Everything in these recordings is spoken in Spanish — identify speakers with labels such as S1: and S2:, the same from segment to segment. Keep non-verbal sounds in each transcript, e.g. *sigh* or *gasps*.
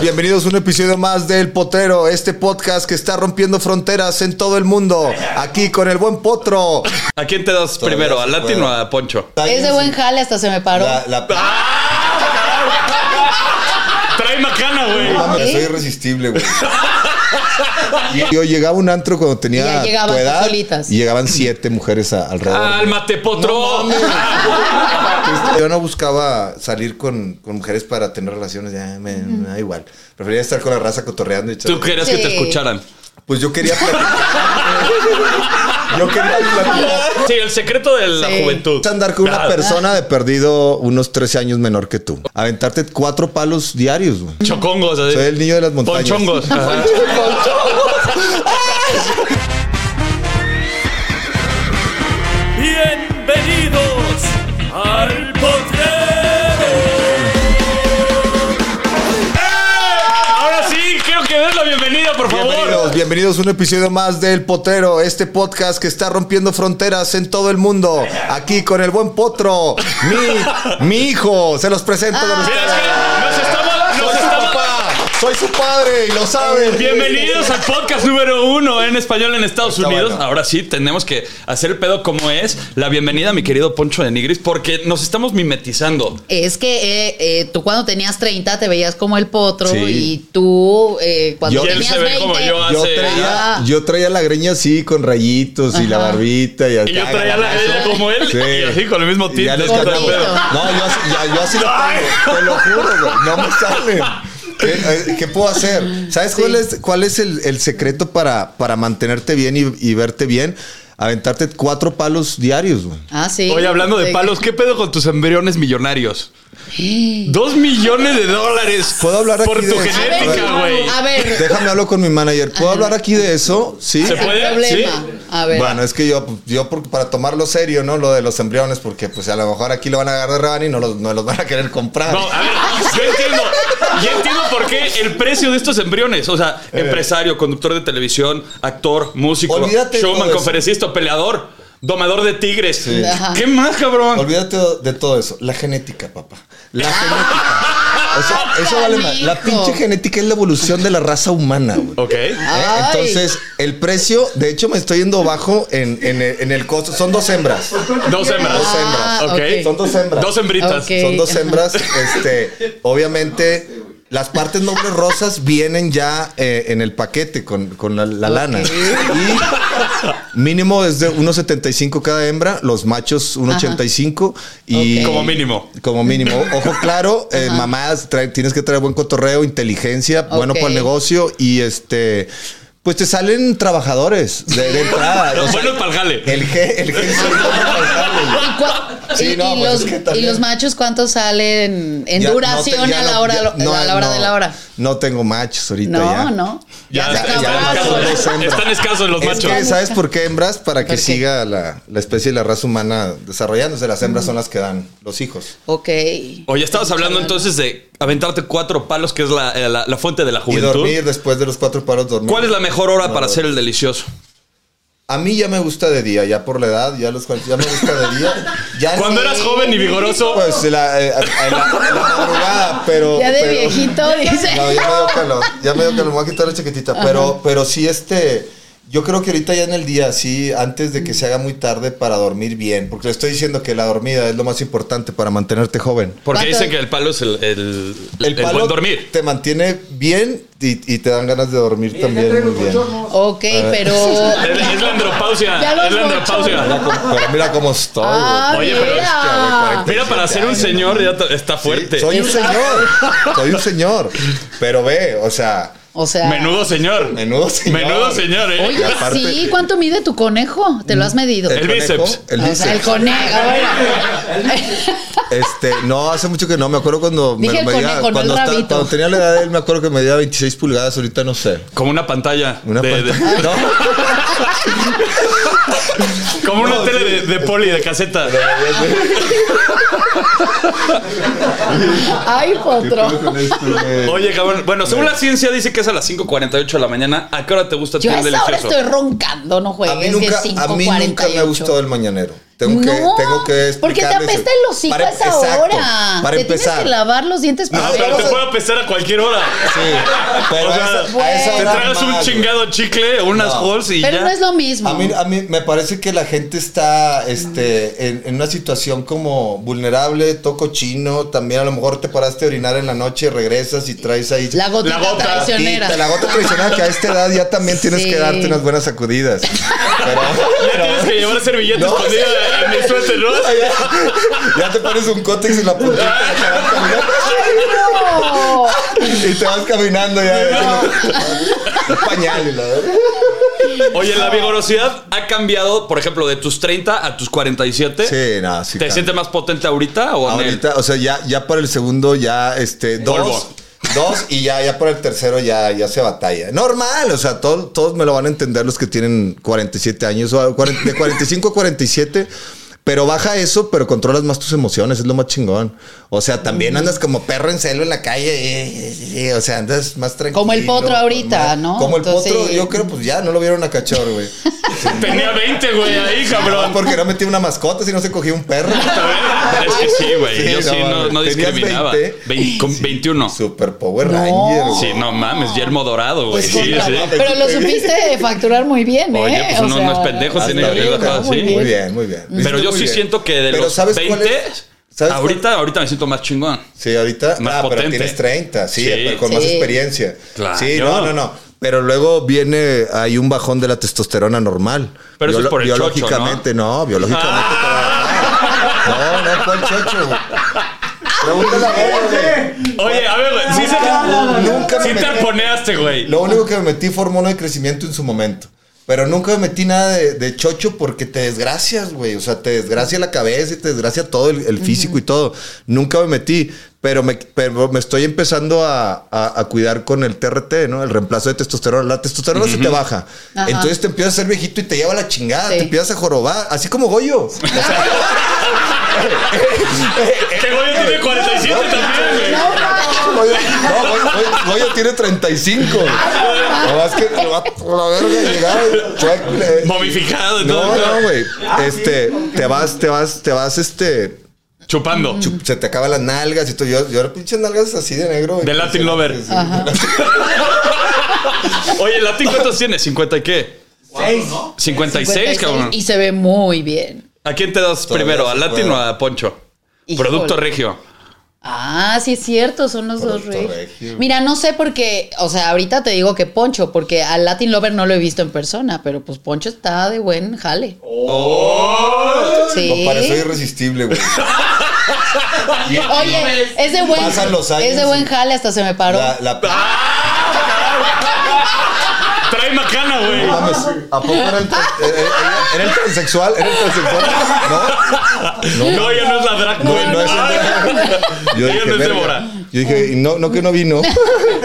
S1: Bienvenidos a un episodio más del Potrero, este podcast que está rompiendo fronteras en todo el mundo. Aquí con el buen Potro.
S2: ¿A quién te das
S3: Todavía
S2: primero?
S3: se
S2: ¿A Latin o
S3: puede.
S2: a Poncho?
S3: Alguien
S4: Es de
S3: se-
S4: buen jale, hasta se me paró.
S3: La, la-
S5: Trae macana, güey.
S3: Mames,
S4: ¿Eh?
S3: soy irresistible,
S4: *laughs*
S3: güey.
S1: Yo llegaba a un antro cuando tenía
S4: Y ya llegaban
S1: tu edad
S4: solitas.
S1: y llegaban siete mujeres a- alrededor.
S5: Cálmate, potro.
S1: Yo no buscaba salir con, con mujeres para tener relaciones, ya me, me da igual. Prefería estar con la raza cotorreando y
S2: Tú
S1: echar-
S2: querías que te
S4: Sí.
S2: escucharan.
S1: Pues yo quería platicar. *laughs* yo quería platicar.
S5: Sí, el secreto de la
S4: Sí.
S5: juventud.
S1: Es andar con una
S5: Ah,
S1: persona de perdido unos 13 años menor que tú. Aventarte cuatro palos diarios. güey.
S5: Chocongos. así.
S1: Soy el niño de las montañas.
S5: Ponchongos. Ajá.
S6: Bienvenidos al potrero.
S5: ¡Eh! Ahora sí, creo que des la bienvenida, por favor.
S1: *laughs* Bienvenidos, bienvenidos a un episodio más del Potrero, este podcast que está rompiendo fronteras en todo el mundo. Aquí con el buen Potro, mi, mi hijo, se los presento. con
S5: Ah, Mira, es
S1: ustedes.
S5: que nos estamos. Nos
S1: Soy su
S5: estamos- Oh,
S1: papá, soy su padre y lo saben.
S5: Bienvenidos al podcast número uno en español en Estados
S1: Está
S5: Unidos.
S1: bueno.
S5: Ahora sí, tenemos que hacer el pedo como es. La bienvenida a mi querido Poncho de Nigris, porque nos estamos mimetizando.
S4: Es que eh, eh, tú cuando tenías 30 te veías como el potro
S1: Sí.
S4: y tú eh, cuando
S1: Yo-
S5: Y él
S4: tenías
S5: se ve
S4: 20
S5: como yo
S1: Yo
S5: hace.
S1: traía,
S4: Ah.
S1: yo traía la greña así, con rayitos y la
S4: Ajá.
S1: barbita. Y,
S5: Y yo traía la ella como él
S1: Sí.
S5: y así con el mismo
S1: Y ya
S5: tinte.
S1: les
S5: todo el
S1: cambiaba.
S5: pedo.
S1: No, yo, así- ya- yo así lo tengo. Te lo juro, güey. No me salen. ¿Qué, eh, qué puedo hacer? ¿Sabes cuál es, cuál es el, el secreto para, para mantenerte bien y, y verte bien? Aventarte cuatro palos diarios, güey.
S4: Ah, sí.
S5: Oye, hablando de palos, ¿qué pedo con tus embriones
S4: *gasps*
S5: millonarios? Dos millones de dólares.
S1: ¿Puedo hablar
S5: Por
S1: aquí
S5: tu
S1: de-
S4: A ver,
S5: genética, güey.
S4: a ver,
S1: Déjame hablar con mi manager. ¿Puedo hablar aquí de eso? Sí.
S5: ¿Se puede?
S4: problema. A ver.
S1: Bueno, es que yo, yo por- para tomarlo serio, ¿no? Lo de los embriones, porque pues a lo mejor aquí lo van a agarrar de rebana y no los, no los van a querer comprar.
S5: No, a ver, yo entiendo. Yo entiendo por qué el precio de estos embriones. O sea,
S1: Eh.
S5: empresario, conductor de televisión, actor, músico,
S1: Olvídate de todo
S5: showman,
S1: eso.
S5: conferencista, peleador, domador de tigres.
S4: Ajá.
S5: ¿Qué más, cabrón?
S1: Olvídate de todo eso. La genética, papá. La
S4: *laughs*
S1: genética. O
S4: Ah,
S1: sea, eso vale más. La
S4: canijo.
S1: pinche genética es la evolución de la raza humana, güey.
S5: Ok.
S1: ¿Eh?
S4: Ay.
S1: Entonces, el precio, de hecho, me estoy yendo bajo en, en el, en el costo. Son dos hembras.
S5: Dos hembras.
S1: Dos hembras.
S4: Ah,
S5: ok.
S4: ok.
S1: Son dos hembras.
S5: Dos hembritas.
S4: Ok.
S1: Son dos hembras. Este, obviamente, las partes nobles rosas vienen ya eh, en el paquete con, con la, la lana.
S4: Ok.
S1: Y mínimo es de 1.75 cada hembra, los machos 1.85 y
S4: Ok.
S5: Como mínimo.
S1: Como
S4: *laughs*
S1: mínimo. Ojo claro, eh, mamás, trae- tienes que traer buen cotorreo, inteligencia, bueno
S4: Ok.
S1: para el negocio y este. Pues te salen trabajadores de, de
S5: *laughs*
S1: entrada. O sea,
S5: Bueno, para el jale.
S1: el G, el G. es el responsable.
S4: ¿Y cua-
S1: Sí,
S4: y-
S1: no,
S4: y
S1: pues
S4: los,
S1: es que también-
S4: y los machos cuántos salen en
S1: Ya no
S4: duración
S1: te- ya
S4: a
S1: no-
S4: la hora,
S1: ya- no,
S4: a la hora
S1: no,
S4: de la hora?
S1: No tengo machos ahorita
S4: No,
S1: ya.
S4: no.
S5: Ya,
S4: Ya, se
S5: están,
S1: ya,
S4: acabaron.
S1: son dos
S5: escasos,
S1: hembras.
S5: están escasos los
S1: Es
S5: machos.
S1: que, ¿sabes por qué hembras? Para que
S4: ¿Por qué?
S1: siga la, la especie y la raza humana desarrollándose. Las hembras son las que dan los hijos.
S4: Ok.
S5: Oye, estabas hablando entonces de aventarte cuatro palos, que es la, eh, la- la fuente de la
S1: Y
S5: juventud.
S1: dormir después de los cuatro paros dormir.
S5: ¿Cuál es la mejor hora
S1: No,
S5: para
S1: no.
S5: hacer el delicioso?
S1: A mí ya me gusta de día, ya por la edad, ya los cuarenta- ya me gusta de día. Ya
S5: *laughs* Cuando
S1: sí,
S5: eras joven y vigoroso.
S1: Pues la, eh, a- a la- a la madrugada, pero.
S4: Ya de
S1: pero-
S4: viejito dice.
S1: No, ya me dio calor, ya me dio calor, me voy a quitar la chaquetita. Pero, pero sí, este. Yo creo que ahorita ya en el día, sí, antes de que se haga muy tarde para dormir bien. Porque le estoy diciendo que la dormida es lo más importante para mantenerte joven.
S5: Porque
S4: ¿Cuánto?
S5: dicen que el palo es el, el, el buen dormir.
S1: te mantiene bien y, y te dan ganas de dormir también muy bien.
S4: Ok, pero.
S5: Es, es la
S4: Ya
S5: andropausia.
S4: los
S5: Es la andropausia.
S1: Mira cómo- Pero mira cómo estoy. güey.
S4: *laughs* Ah,
S5: Oye, pero
S4: mira.
S1: Hostia, güey, 47
S5: Mira, para ser un
S1: años.
S5: señor ya t- está fuerte.
S1: Soy un señor. Soy un señor. Pero ve, o sea,
S4: O sea.
S5: Menudo señor.
S1: menudo señor.
S5: Menudo señor, ¿eh?
S1: Y
S4: Oye,
S1: aparte- Mm,
S4: sí, ¿cuánto mide tu conejo? ¿Te lo has medido?
S1: El,
S5: El
S1: conejo,
S5: bíceps.
S1: El
S4: o sea, el
S1: bíceps.
S4: conejo.
S1: *laughs*
S4: bueno.
S1: Este, no, hace mucho que no. Me acuerdo cuando
S4: Dije
S1: me,
S4: el
S1: me medía-
S4: conejo, no
S1: cuando,
S4: el
S1: estaba-
S4: rabito.
S1: cuando tenía la edad de él, me acuerdo que me medía 26 pulgadas. Ahorita no sé.
S5: Como una pantalla.
S1: Una
S5: de- de-
S1: pantalla. *laughs* No,
S5: *laughs* como una
S1: No,
S5: tele
S1: sí,
S5: de, de
S1: es
S5: poli, de caseta.
S4: *laughs* Ay, potro.
S5: Oye, cabrón. Bueno, según la ciencia dice que es a las 5.48 de la mañana. ¿A qué hora te gusta a ti
S4: Yo a
S5: un
S4: esa hora
S5: delicioso?
S4: estoy roncando, no
S1: a mí
S4: juegues. que
S1: nunca,
S4: Pues, es
S1: a mí nunca me ha
S4: 5:48.
S1: gustado el mañanero. Tengo que,
S4: No,
S1: tengo que
S4: Porque te
S1: explicarles-
S4: apesta el hocico
S1: Para-
S4: a esa
S1: exacto,
S4: hora.
S1: Para
S4: te tienes
S1: empezar.
S4: que lavar los dientes
S1: No,
S4: primero.
S5: Ah, Pero te
S1: Vamos a-
S5: puede apestar a cualquier hora.
S1: Sí, pero
S5: O
S1: a
S5: sea,
S1: esa- a esa
S4: te
S5: Te
S1: hora
S5: tragas un
S1: más, güey.
S5: chingado chicle, unas
S1: No.
S5: holes y
S4: Pero
S5: ya.
S4: no es lo mismo.
S1: A mí, a mí me parece que la gente está este, en, en una situación como vulnerable, toco chino, también a lo mejor te paraste a orinar en la noche, regresas y traes ahí...
S4: la gotita
S5: La gota.
S4: traicionera.
S1: Te la gota traicionera que a esta edad ya también tienes
S4: Sí.
S1: que darte unas buenas sacudidas. Pero,
S5: *laughs* Ya tienes que llevar servilleta
S1: No,
S5: escondida en el suéter, ¿no?
S1: *laughs* ya, ya te pones un cótex en la puntita y te vas
S4: No.
S1: caminando, y te vas caminando
S5: *laughs*
S1: ya. Un pañal y la verdad.
S5: Oye, la vigorosidad ha cambiado, por ejemplo, de tus 30 a tus 47.
S1: Sí, nada, sí.
S5: ¿Te
S1: cambia.
S5: sientes más potente ahorita o en el-
S1: Ahorita, o sea, ya, ya para el segundo, ya este, dos.
S5: Polvo.
S1: Dos y ya, ya para el tercero ya, ya se batalla. Normal, o sea, todo- todos me lo van a entender los que tienen 47 años, o cuaren- de 45 a 47. Pero baja eso, pero controlas más tus emociones, es lo más chingón. O sea, también andas como perro en celo en la calle, eh, eh, eh, o sea, andas más tranquilo.
S4: Como el potro ahorita,
S1: más-
S4: ¿no?
S1: Como el
S4: Entonces-
S1: potro, yo creo, pues ya, no lo vieron a cachor, güey.
S5: Tenía 20, güey, ahí, cabrón.
S1: Porque no metí una mascota, sino se cogió un perro.
S5: Es que sí, güey.
S1: Sí,
S5: Yo
S1: no
S5: sí no,
S1: mames.
S5: no
S1: Tenías
S5: discriminaba.
S1: 20.
S5: Vein- con 21.
S1: Super Power
S4: No.
S1: Ranger. güey.
S5: Sí, no mames, yermo dorado, güey.
S4: Pues
S5: Sí,
S4: contra-
S5: sí.
S4: Pero lo supiste facturar muy bien, ¿eh?
S5: Oye, pues
S4: O
S5: uno
S4: sea,
S5: no es pendejo,
S1: Hasta
S5: tiene
S1: ahorita.
S5: que haber bajado,
S4: Muy
S5: sí.
S1: Muy bien, muy bien.
S5: Pero
S1: Hiciste
S5: yo
S1: muy
S5: sí
S1: bien.
S5: siento que de
S1: Pero
S5: los
S1: ¿sabes
S5: 20,
S1: cuál es? ¿Sabes cuál-
S5: ahorita, ahorita me siento más chingón.
S1: Sí, ahorita.
S5: Más
S1: ah, pero
S5: potente.
S1: tienes 30, sí,
S5: Sí.
S1: pero con más
S4: Sí.
S1: experiencia.
S5: Claro.
S1: Sí, no, no, no. Pero luego viene, hay un bajón de la testosterona normal.
S5: Pero eso es
S1: Biolo-
S5: por el chocho, Ah.
S1: Biológicamente, ¿no? biológicamente. No, no, ¿cuál
S5: *laughs*
S1: chocho? güey? Pregúntale a Bebo, güey.
S5: Oye, a ver, güey, sí, se-
S1: Nunca me
S5: sí te
S1: metí-
S5: arponeaste, güey.
S1: Lo único que me metí fue hormona de crecimiento en su momento. Pero nunca me metí nada de, de chocho porque te desgracias, güey. O sea, te desgracia la cabeza y te desgracia todo el, el físico y todo. Nunca me metí. Pero me, pero me estoy empezando a, a- a cuidar con el TRT, ¿no? El reemplazo de testosterona. La testosterona se te baja.
S4: Ajá.
S1: Entonces te empiezas a ser viejito y te lleva la chingada.
S4: Sí.
S1: Te empiezas a jorobar. Así como Goyo.
S5: Que Este güey tiene 47 también, güey.
S4: No, ma-
S1: Goyo, no, Goyo, Goyo- Goyo tiene 35. No, más que el vato, la verga llegaba y fue-
S5: Momificado y
S1: eh, No,
S5: todo.
S1: no, güey. Este, te vas, te vas, te vas, este.
S5: Chupando.
S1: chup- se te acaban las nalgas y todo. Yo, yo era pinche nalgas así de negro.
S5: De Latin Lover.
S1: Sí, sí.
S5: Oye, ¿Latin cuántos tienes? ¿50 y qué? 56, cabrón.
S4: Y se ve muy bien.
S5: ¿A quién te das
S1: Todavía
S5: primero?
S1: se
S5: ¿A Latin
S1: puede.
S5: o a Poncho?
S4: Híjole.
S5: Producto regio.
S4: Ah, sí es cierto, son los dos
S1: Producto
S4: reyes.
S1: regio.
S4: Mira, no sé por qué, o sea, ahorita te digo que Poncho, porque al Latin Lover no lo he visto en persona, pero pues Poncho está de buen jale.
S5: ¡Oh!
S4: Sí.
S1: Compadre, soy irresistible, güey.
S4: Oye, es de buen,
S1: Pasan los años
S4: es de buen
S1: y-
S4: jale, hasta se me paró.
S1: La, la
S5: Trae macana, güey.
S1: no mames, ¿A poco era el, tra- era- era- era el transexual? ¿Era el transexual? No.
S5: No, ella no es la drag
S1: No,
S5: queen.
S1: no es el-
S5: Ay.
S1: Yo
S5: Ella
S1: dije,
S5: no es
S1: verga.
S5: Débora.
S1: Yo dije, y no, no que no vino.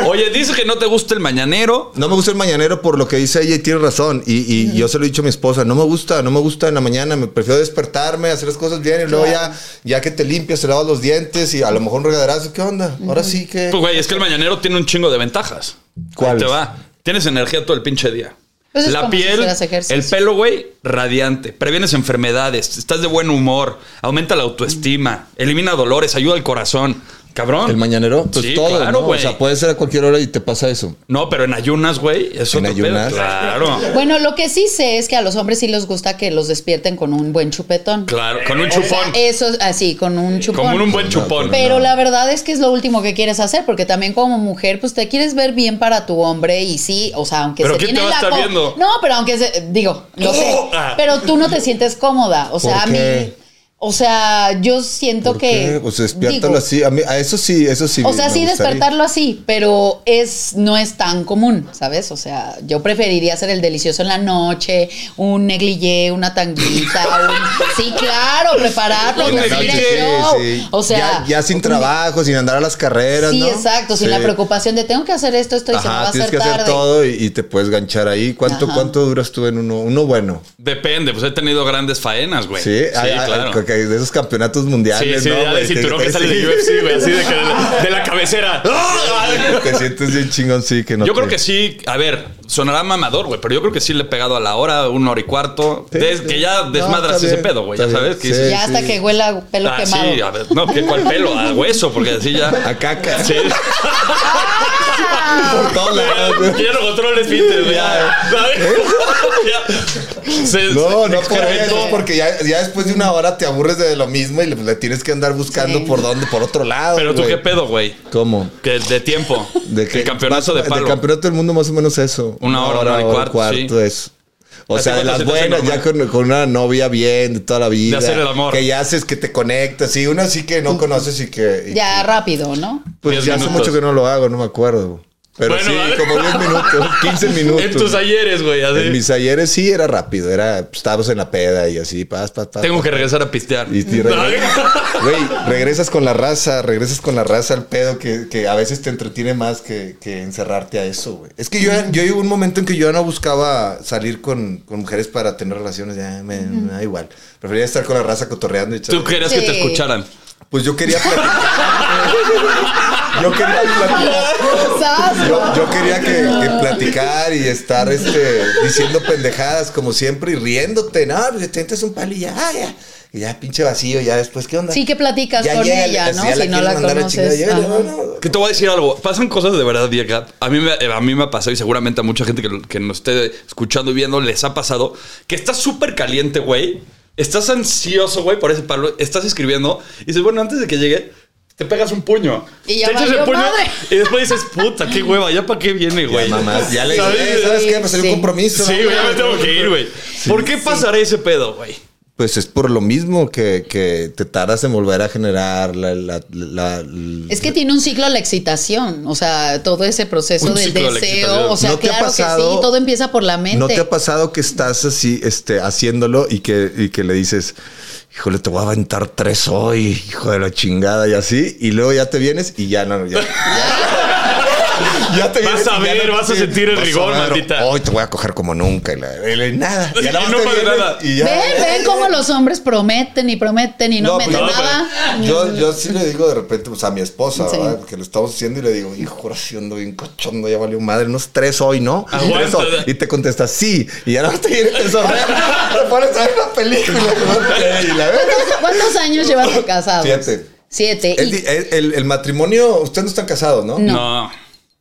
S5: Oye, dice que no te gusta el mañanero.
S1: No me gusta el mañanero por lo que dice ella y tiene razón. Y, y yo se lo he dicho a mi esposa, no me gusta, no me gusta en la mañana, me prefiero despertarme, hacer las cosas bien y luego ya, ya que te limpias, te lavas los dientes y a lo mejor un regaderazo, ¿qué onda? Ahora sí que...
S5: Pues, güey, es que el mañanero tiene un chingo de ventajas.
S1: ¿Cuáles?
S5: Ahí Te va. Tienes energía todo el pinche día.
S4: Pues es
S5: la
S4: como si
S5: piel,
S4: hicieras ejercicio.
S5: el pelo, güey, radiante. Previenes enfermedades, estás de buen humor, aumenta la autoestima, elimina dolores, ayuda al corazón. Cabrón.
S1: El mañanero, pues
S5: Sí,
S1: todo,
S5: claro,
S1: ¿no?
S5: güey.
S1: O sea, puede ser a cualquier hora y te pasa eso.
S5: No, pero en ayunas, güey, es
S1: En
S5: otro pedo.
S1: ayunas.
S5: Claro.
S4: Bueno, lo que sí sé es que a los hombres sí les gusta que los despierten con un buen chupetón.
S5: Claro, con un
S4: O sea,
S5: chupón.
S4: eso, así, con un Eh, chupón.
S5: Como un buen chupón.
S1: pues
S4: Pero la verdad es que es lo último que quieres hacer, porque también como mujer, pues te quieres ver bien para tu hombre y sí, o sea, aunque
S5: ¿Pero
S4: se
S5: quién
S4: tiene
S5: te va a
S4: la
S5: estar
S4: co-
S5: viendo?
S4: No, pero aunque se, digo, lo sé,
S5: Ah.
S4: pero tú no te sientes cómoda, o sea, a
S1: ¿Por
S4: mí,
S1: qué?
S4: o sea, yo siento
S1: ¿Por
S4: que
S1: qué? Pues despiértalo
S4: digo,
S1: así. A, mí, a eso sí, eso sí.
S4: O sea,
S1: me
S4: sí
S1: gustaría.
S4: despertarlo así, pero es no es tan común, ¿sabes? O sea, yo preferiría hacer el delicioso en la noche, un negligé, una tanguita,
S1: *laughs*
S4: un- sí, claro, prepararlo,
S5: Un
S4: lucir el
S5: negligé,
S4: show. O sea,
S1: ya, ya sin trabajo, sin andar a las carreras.
S4: Sí,
S1: ¿no?
S4: exacto, sin
S1: Sí.
S4: la preocupación de tengo que hacer esto, esto y se me va a
S1: Ajá,
S4: hacer
S1: tienes que
S4: tarde.
S1: hacer todo y, y te puedes ganchar ahí. ¿Cuánto,
S4: Ajá.
S1: ¿Cuánto duras tú en uno? Uno bueno.
S5: Depende, pues he tenido grandes faenas, güey.
S1: Sí,
S5: claro.
S1: claro. que hay de esos campeonatos mundiales,
S5: Sí, sí,
S1: ¿no?
S5: ya
S1: güey?
S5: de cinturón
S1: Te-
S5: que
S1: te-
S5: sale
S1: sí.
S5: de UFC, güey, así de, que de, la, de la cabecera.
S1: *laughs* Te sientes bien chingón, sí, que no.
S5: Yo creo
S1: te- *laughs*
S5: que sí, a ver, sonará mamador, güey, pero yo creo que sí le he pegado a la hora, una hora y cuarto.
S1: Sí,
S5: Des-
S1: sí.
S5: Que ya
S1: No,
S5: desmadras
S1: está
S5: ese
S1: bien,
S5: pedo, güey, ya
S1: está bien.
S5: sabes. Que
S1: Sí.
S5: dices,
S4: Ya hasta que huela a pelo
S5: ah,
S4: quemado.
S5: sí, a ver, no, que cuál pelo, a hueso, porque así ya.
S1: A caca.
S5: Sí.
S1: *laughs* Por todos
S5: *laughs*
S1: lados.
S5: Que ya no controla el esfínter, güey.
S1: Ya. ¿Eh?
S5: ¿Sabes? Ya. Se-
S1: No, no
S5: se
S1: por ahí,
S5: experimentó.
S1: es porque ya, ya después de una hora te aburres de lo mismo y le, le tienes que andar buscando
S4: Sí.
S1: por dónde, por otro lado.
S5: Pero tú
S1: güey.
S5: qué pedo, güey.
S1: ¿Cómo?
S5: Que de tiempo.
S1: ¿De qué?
S5: El campeonato de
S1: Más o-
S5: palo.
S1: Del campeonato del mundo más o menos eso.
S5: Una hora, una hora y cuarto, sí.
S1: eso. O
S5: ¿A ti
S1: sea, de
S5: cuánto
S1: las
S5: se te hace
S1: buenas, ya
S5: normal?
S1: con, con una novia bien, de toda la vida.
S5: hacer el amor.
S1: Que ya haces, que te conectas. Sí, una sí que no conoces y que... y-
S4: Ya rápido, ¿no?
S1: Pues
S5: Diez
S1: ya hace
S5: minutos.
S1: mucho que no lo hago, no me acuerdo. Pero
S5: Bueno,
S1: sí,
S5: ¿vale?
S1: como 10
S5: *laughs*
S1: minutos, 15 minutos.
S5: En tus ayeres, güey. así.
S1: En mis ayeres sí era rápido, era pues, estábamos en la peda y así, pas, pas, pas.
S5: Tengo
S1: pas.
S5: que regresar a pistear.
S1: Y- y regresas- Güey, regresas con la raza, regresas con la raza al pedo que, que a veces te entretiene más que, que encerrarte a eso, güey. Es que yo, yo hubo un momento en que yo no buscaba salir con, con mujeres para tener relaciones, ya me, me da igual. Prefería estar con la raza cotorreando y
S5: Tú
S1: echar-
S5: querías que te
S4: Sí.
S5: escucharan.
S1: Pues yo quería platicar. *laughs* yo quería platicar.
S4: ¿Sabes?
S1: Yo, yo quería que, que platicar y estar este, diciendo pendejadas como siempre y riéndote. No, pues te entras un palo y ya, ya. Y ya, pinche vacío, ya después, ¿qué onda?
S4: Sí que platicas
S1: Ya
S4: con
S1: llega,
S4: ella, ¿no?
S1: ya
S4: Si no
S1: quieres
S4: la
S1: mandar a
S4: conoces.
S1: chingar, ya,
S4: Ajá.
S1: no, no.
S5: Que te voy a decir algo. Pasan cosas de verdad, vieja. A mí me, a mí me ha pasado y seguramente a mucha gente que, que nos esté escuchando y viendo les ha pasado que estás súper caliente, güey. Estás ansioso, güey, por ese palo. Estás escribiendo y dices, bueno, antes de que llegue, te pegas un puño.
S4: Y ya
S5: te
S4: valió madre.
S5: y después dices, puta, qué hueva, ya para qué viene, güey.
S1: Mamás, ya le dije,
S5: *laughs* ¿Sabes?
S1: "Eh, ¿sabes qué? Me salió
S4: Sí.
S1: un compromiso.
S5: Sí, güey, ya me tengo que ir, güey. ¿Por qué pasará ese pedo, güey?
S1: Pues es por lo mismo que, que te tardas en volver a generar la... la- la- la-
S4: Es que tiene un ciclo la excitación, o sea, todo ese proceso
S5: Un
S4: del
S5: ciclo la
S4: deseo,
S5: excitación.
S4: o sea,
S1: ¿No te ha
S4: claro que
S1: pasado-
S4: sí, todo empieza por la mente.
S1: ¿No te ha pasado que estás así, este, haciéndolo y que, y que le dices, híjole, te voy a aventar tres hoy, hijo de la chingada, y así, y luego ya te vienes y ya no, ya.
S5: *laughs*
S1: ya- ya te
S5: Vas
S1: vienes
S5: a
S1: y ya
S5: ver, vas a
S1: sí,
S5: sentir el
S1: vas a
S5: rigor,
S1: ver,
S5: maldita.
S1: Hoy te voy a coger como nunca, y la- y la- y nada.
S5: *laughs* Y
S1: nada más
S5: no
S1: te
S5: pasa
S1: vienes
S5: nada.
S1: y ya.
S4: Ven, ven cómo los hombres prometen y prometen y no,
S1: pues,
S4: meten
S5: no, pero-
S4: nada.
S1: Yo, yo sí le digo de repente pues, a mi esposa,
S4: Sí.
S1: ¿verdad? Que lo estamos haciendo y le digo, hijo, ahora sí ando bien cochondo, ya valió madre, unos tres hoy, ¿no?
S5: Aguanta.
S1: Tres hoy. Y te contestas, sí. Y ya no te viene te sonríe. *laughs* Te pones a ver la película. ¿no? Y la ves.
S4: ¿Cuántos, cuántos años llevas de casados?
S1: Siete.
S4: Siete.
S1: Es
S4: Y-
S1: di- El, el- el matrimonio, ustedes no están casados, ¿no?
S4: No.
S5: No.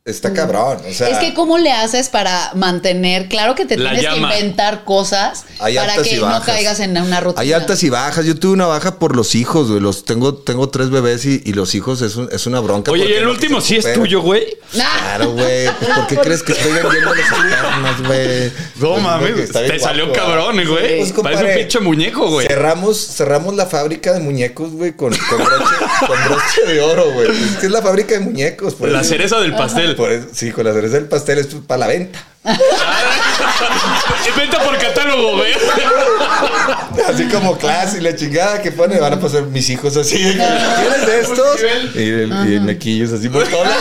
S1: Está cabrón. O sea,
S4: es que cómo le haces para mantener, claro que te
S5: La
S4: tienes
S5: llama.
S4: que inventar cosas
S1: Hay
S4: para
S1: altas y
S4: que no
S1: bajas.
S4: caigas en una rutina.
S1: Hay altas y bajas. Yo tuve una baja por los hijos, güey. Los tengo, tengo tres bebés y, y los hijos es, un- es una bronca.
S5: Oye, y
S1: porque
S5: el
S1: no
S5: último
S1: se
S5: sí es
S1: recuperan.
S5: tuyo, güey.
S4: *laughs* Nah.
S1: Claro, güey. Pues, ¿Por qué crees que estoy vendiendo
S4: *laughs*
S1: las armas, güey?
S5: No
S1: Pues, güey,
S5: mames,
S1: está bien
S5: te salió
S1: guapo,
S5: cabrón, güey.
S1: Pues, compadre,
S5: Parece un pinche muñeco, güey.
S1: Cerramos, cerramos la fábrica de muñecos, güey, con, con, broche, con broche de oro, güey. Es que es la fábrica de muñecos. por
S5: La
S1: eso-
S5: cereza del pastel.
S1: por eso- sí, con la cereza del pastel es para la venta.
S5: *laughs* Venta por catálogo, güey.
S1: Así como clase y la chingada que pone, van a pasar mis hijos así.
S4: *laughs*
S1: ¿Tienes de estos? Y el, y el mequillos así por todo lado.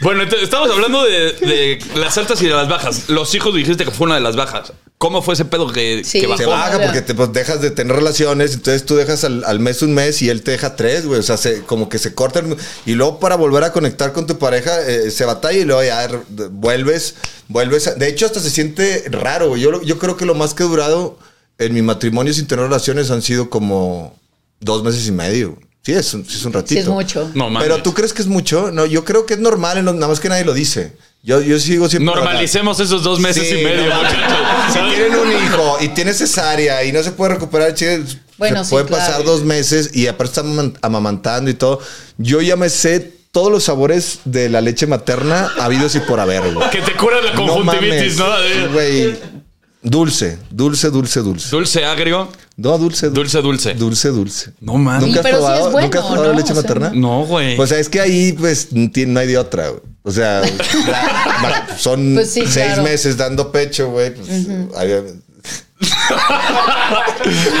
S5: Bueno, entonces, estamos hablando de, de las altas y de las bajas. Los hijos dijiste que fue una de las bajas. ¿Cómo fue ese pedo que,
S4: Sí.
S5: que
S1: *laughs*
S5: bajó?
S1: Se
S4: Ojo.
S1: baja porque te pues, dejas de tener relaciones, entonces tú dejas al, al mes un mes y él te deja tres, güey. O sea, se- como que se cortan. Y luego para volver a conectar con tu pareja, eh, se batalla y luego ya re- de- vuelves, vuelves. a- de hecho, hasta se siente raro, güey. Yo, lo- yo creo que lo más que he durado en mi matrimonio sin tener relaciones han sido como dos meses y medio. Sí, es un, sí es un ratito.
S4: es mucho.
S5: No mames.
S1: Pero tú crees que es mucho? No, yo creo que es normal, en los- nada más que nadie lo dice. Yo, yo sigo siempre.
S5: Normalicemos esos dos meses
S1: Sí,
S5: y medio,
S1: no,
S5: *laughs* muchachos.
S1: Si tienen un hijo y tiene cesárea y no se puede recuperar, che,
S4: Bueno,
S1: se
S4: sí,
S1: pueden
S4: claro.
S1: pasar dos meses y aparte están aman- amamantando y todo. Yo ya me sé todos los sabores de la leche materna habidos y por haber,
S5: *laughs*
S1: güey.
S5: Que te cura la conjuntivitis, ¿no?
S1: mames, Güey. Dulce, dulce, dulce, dulce.
S5: Dulce agrio.
S1: No, dulce,
S5: Dulce, dulce.
S1: Dulce, dulce.
S5: No mames.
S1: ¿Nunca has
S4: Pero sí es
S1: probado,
S4: bueno,
S1: ¿nunca has probado
S4: ¿no?
S1: leche
S4: O sea,
S1: materna?
S5: No, güey.
S1: Pues es que ahí, pues, ti- no hay de otra, güey. O sea, la- ma- son
S4: Pues sí,
S1: seis
S4: claro.
S1: meses dando pecho, güey. Pues, había-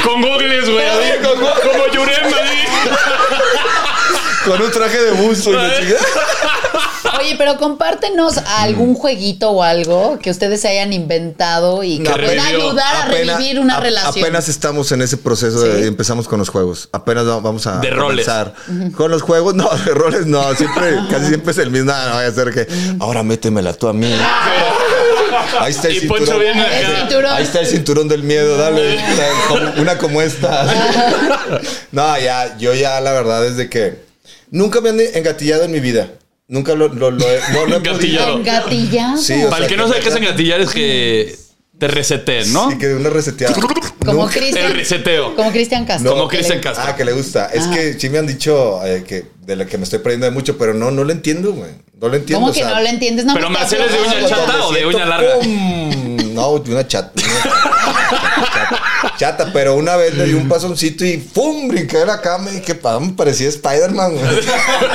S5: con gogles, güey. así, Como Yurem, así.
S1: Con un traje de buzo y la chingada.
S4: Oye, pero compártenos algún jueguito o algo que ustedes se hayan inventado y que
S5: Que
S4: pueda
S5: revivió.
S4: ayudar a
S1: Apenas-
S4: revivir una
S1: a-
S4: relación.
S1: Apenas estamos en ese proceso
S4: Sí.
S1: de empezamos con los juegos. Apenas va- vamos a
S5: De roles.
S1: avanzar. Con los juegos, *laughs* no, de roles no. Siempre, casi siempre es el mismo. "Ah, No, no vaya a ser que ahora métemela tú a
S4: *laughs*
S1: mí. Ahí está el
S5: Y
S1: cinturón.
S5: Poncho viene
S4: El
S5: acá.
S4: cinturón.
S1: Ahí está el cinturón del miedo, dale. Como- Una como
S4: *laughs*
S1: esta. No, ya, yo ya, la verdad, es de que nunca me han engatillado en mi vida. Nunca lo, lo- lo he, no lo he podido.
S5: *laughs* Engatillado.
S4: Engatillado.
S1: Pues Sí, o
S5: Para
S1: sea,
S5: el que no sabe
S1: me
S5: qué es
S1: hagan-
S5: engatillar es que te reseteen, ¿no?
S1: Y que de una reseteada.
S4: como
S1: Nunca-
S4: Cristian.
S5: El reseteo.
S4: Como Cristian Castro.
S5: Como
S4: que le-
S5: Cristian Castro.
S1: Ah, que le gusta. Es que sí me han dicho eh, que de la que me estoy perdiendo de mucho, pero no, no le entiendo, güey. No le entiendo.
S4: ¿Cómo
S1: o
S4: que
S1: sea,
S4: no lo entiendes? No
S5: Pero
S4: me
S5: Marcela es de
S4: estás-
S5: uña chata o de uña larga.
S1: ¡Pum! No, de una chata. Chata, chata, pero una vez le di un pasoncito y ¡pum! Brinqué de la cama y que pa- me parecía Spider-Man. güey.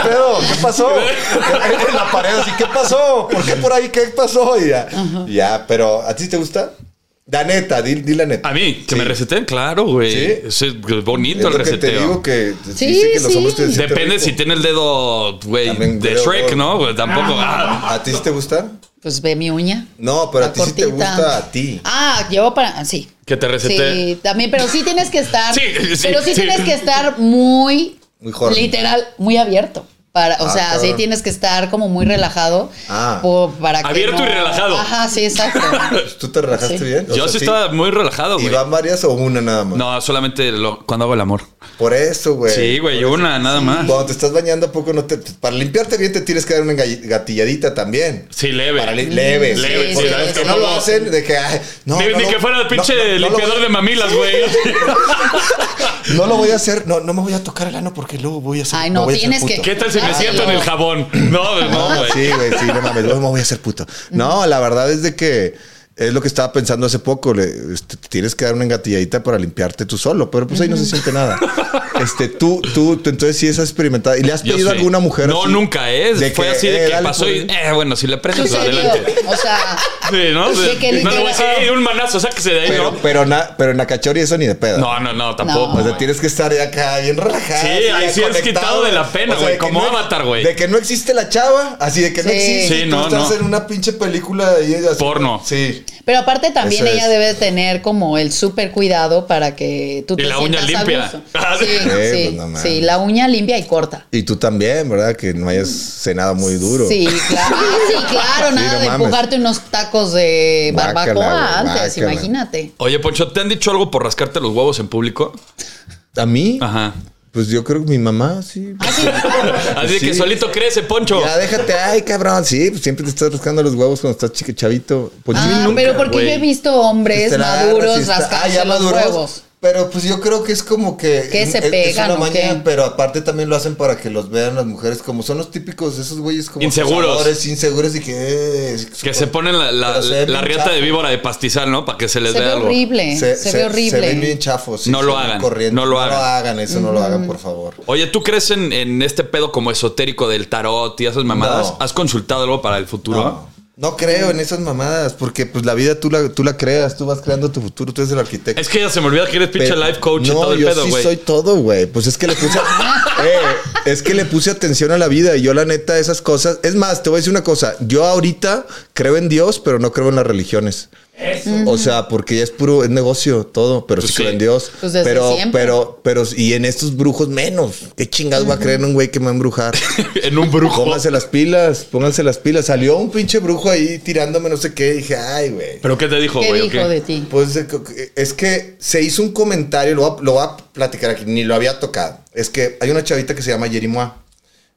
S1: Pero, ¿qué pasó? En la pared así, ¿qué pasó? ¿Por qué por ahí? ¿Qué pasó? Y ya, ya pero ¿a ti te gusta? La neta, di, di la neta.
S5: A mí,
S1: Sí.
S5: que me reseteen, claro, güey.
S1: Sí.
S5: Eso Es bonito
S1: Es
S5: el
S1: lo que te digo
S5: reseteo.
S1: que
S4: Sí,
S1: dice que los
S4: sí.
S1: hombres te sienten
S5: Depende
S1: rico.
S5: si tiene el dedo, güey,
S1: También
S5: de
S1: creo,
S5: Shrek,
S1: güey.
S5: ¿no? Güey, Tampoco. Ah.
S1: ¿A ti sí te gusta?
S4: Pues ve mi uña.
S1: No, pero a
S4: la
S1: ti sí te
S4: cortita.
S1: gusta a ti.
S4: Ah, yo para. ah, Sí.
S5: Que te resete.
S4: Sí, también, pero sí tienes que estar.
S5: Sí, sí,
S4: pero sí,
S5: sí.
S4: tienes que estar muy.
S1: Muy horny.
S4: Literal, muy abierto. Para, o
S1: Ah,
S4: sea, sí
S1: cabrón.
S4: tienes que estar como muy relajado.
S1: Ah.
S4: po- para que
S5: Abierto
S4: no-
S5: y relajado.
S4: Ajá, sí,
S5: *laughs*
S4: exacto.
S1: ¿Tú te relajaste
S4: Sí.
S1: bien? O
S5: Yo
S1: sea,
S5: sí estaba muy relajado,
S1: ¿Y
S5: güey.
S1: van varias o una nada más?
S5: No, solamente lo- cuando hago el amor.
S1: Por eso, güey.
S5: Sí, güey, yo una, nada más.
S1: Cuando te estás bañando, ¿a poco no te. Para limpiarte bien, te tienes que dar una enga- gatilladita también.
S5: Sí, leve.
S1: Para li- leve.
S4: Sí,
S5: Leve,
S1: Porque
S5: sí,
S1: los
S5: sabes
S1: que
S5: que
S1: no
S5: no.
S1: lo hacen, de que. ay, no,
S5: ni
S1: no,
S5: ni
S1: no,
S5: que fuera el
S1: no,
S5: pinche
S1: no, no lo
S5: limpiador
S1: voy-
S5: de mamilas,
S1: *laughs*
S5: güey.
S1: No lo voy a hacer, no, no me voy a tocar el ano porque luego voy a hacer.
S4: Ay, no,
S1: voy a hacer
S4: tienes que-
S1: puto.
S5: ¿Qué tal si me
S4: Ay,
S5: siento
S4: no.
S5: en el jabón? No, no,
S1: No,
S5: güey.
S1: Ah, sí, güey, sí, no mames, luego me voy a hacer puto. No, la verdad es de que es lo que estaba pensando hace poco. le- este, te tienes que dar una engatilladita para limpiarte tú solo, pero pues ahí no se siente nada. Este, tú, tú, tú, entonces sí has experimentado. ¿Y le has
S5: Yo
S1: pedido a
S5: sí.
S1: alguna mujer?
S5: No,
S1: así?
S5: nunca, ¿eh?
S1: De
S5: Fue
S1: que,
S5: así
S1: eh,
S5: de que
S1: dale
S5: pasó
S1: por
S5: y,
S1: ahí.
S5: eh, bueno, si le
S4: Sí,
S5: prendes
S4: sí,
S5: adelante.
S4: digo, O sea,
S5: Sí, ¿no?
S4: Pues De que
S5: no le voy a
S4: literal-
S5: decir, "Ey, un manazo, sáquese de ahí,
S1: Pero, Pues
S5: ¿no?
S1: pero, na- pero en la cachorra y eso ni de pedo.
S5: eh, No, no, no, tampoco.
S4: No.
S1: O sea, tienes que estar acá bien relajado.
S5: Sí,
S1: así,
S5: ahí sí eres
S1: conectado,
S5: quitado de la pena, güey,
S1: de que
S5: como
S1: no-
S5: Avatar, güey.
S1: De que no existe la chava, así de que no
S4: Sí.
S1: existe.
S5: Sí,
S1: tú
S5: no,
S1: estás
S5: no.
S1: en una pinche película y así-
S5: Porno.
S1: Sí.
S4: pero aparte también
S1: Eso
S4: ella
S1: es.
S4: debe tener como el súper cuidado para que tú
S5: Y
S4: te
S5: la uña
S4: sientas a
S5: limpia.
S4: gusto.
S5: *laughs* Ah, sí.
S4: Sí, sí,
S1: Eh, pues, no mames.
S4: sí, la uña limpia y corta.
S1: Y tú también, ¿verdad? Que no hayas cenado muy duro.
S4: Sí, claro,
S1: *laughs*
S4: sí, claro,
S1: Sí,
S4: nada
S1: no
S4: de
S1: mames.
S4: empujarte unos tacos de
S1: Guácala,
S4: barbacoa
S1: güey,
S4: antes,
S1: guácala.
S4: imagínate.
S5: Oye, Poncho, ¿te han dicho algo por rascarte los huevos en público?
S1: ¿A mí?
S5: Ajá.
S1: Pues yo creo que mi mamá, sí.
S4: Ah,
S5: Así de
S1: Sí.
S5: que solito crece, Poncho.
S1: Ya déjate, ay, cabrón. Sí, pues siempre te estás rascando los huevos cuando estás chique, chavito. Pues yo
S4: Ah,
S1: nunca,
S4: pero porque
S5: güey.
S4: yo he visto hombres
S1: Te la agarras y
S4: maduros
S1: Este, está- ah,
S4: rascarse
S1: ya
S4: los
S1: maduros.
S4: huevos.
S1: Pero pues yo creo que es como que.
S4: Que se
S1: es- es
S4: pegan,
S1: una
S4: ¿o
S1: maña,
S4: qué?
S1: pero aparte también lo hacen para que los vean las mujeres, como son los típicos, esos güeyes como.
S5: Inseguros.
S1: acosadores, Inseguros y que. eh,
S5: Que se ponen la, la,
S1: Pero se ve
S5: la
S1: bien
S5: riata de
S1: chafo.
S5: víbora de pastizal, ¿no? Para que se les
S4: Se ve
S5: vea algo.
S4: horrible, Eh, se, ve horrible.
S1: Se ven bien chafos. sí,
S5: No lo
S1: se ven
S5: hagan,
S1: corrientes.
S5: no lo
S1: No lo
S5: hagan.
S1: hagan, eso no lo hagan, por favor.
S5: Oye, ¿tú crees en, en este pedo como esotérico del tarot y esas mamadas?
S1: No.
S5: ¿Has consultado algo para el futuro?
S1: No, no creo en esas mamadas, porque pues la vida tú la, tú la creas, tú vas creando tu futuro, tú eres el arquitecto.
S5: Es que ya se me olvida que eres pinche
S1: Pero-
S5: life coach y
S1: no,
S5: todo el
S1: yo
S5: pedo,
S1: sí
S5: güey.
S1: soy todo, güey. Pues es que le
S5: *laughs*
S1: puse. Eh, es que le puse atención a la vida. Y yo, la neta, esas cosas. Es más, te voy a decir una cosa. Yo ahorita creo en Dios, pero no creo en las religiones. O sea, porque ya es puro, es negocio todo, pero
S5: Pues
S1: sí creo
S5: sí.
S1: en Dios.
S4: Pues desde
S1: pero,
S4: siempre.
S1: pero, pero, y en estos brujos menos. ¿Qué chingados voy a creer en un güey que me va a embrujar?
S5: *laughs* en un brujo.
S1: Pónganse las pilas, pónganse las pilas. Salió un pinche brujo ahí tirándome no sé qué. Dije, ay, güey.
S5: ¿Pero qué te dijo,
S4: ¿Qué
S5: güey? o
S4: dijo
S5: qué?
S4: de ti?
S1: Pues eh, co- eh, es que se hizo un comentario, lo voy, a, lo voy a platicar aquí, ni lo había tocado. Es que hay una chavita que se llama Jerimoa,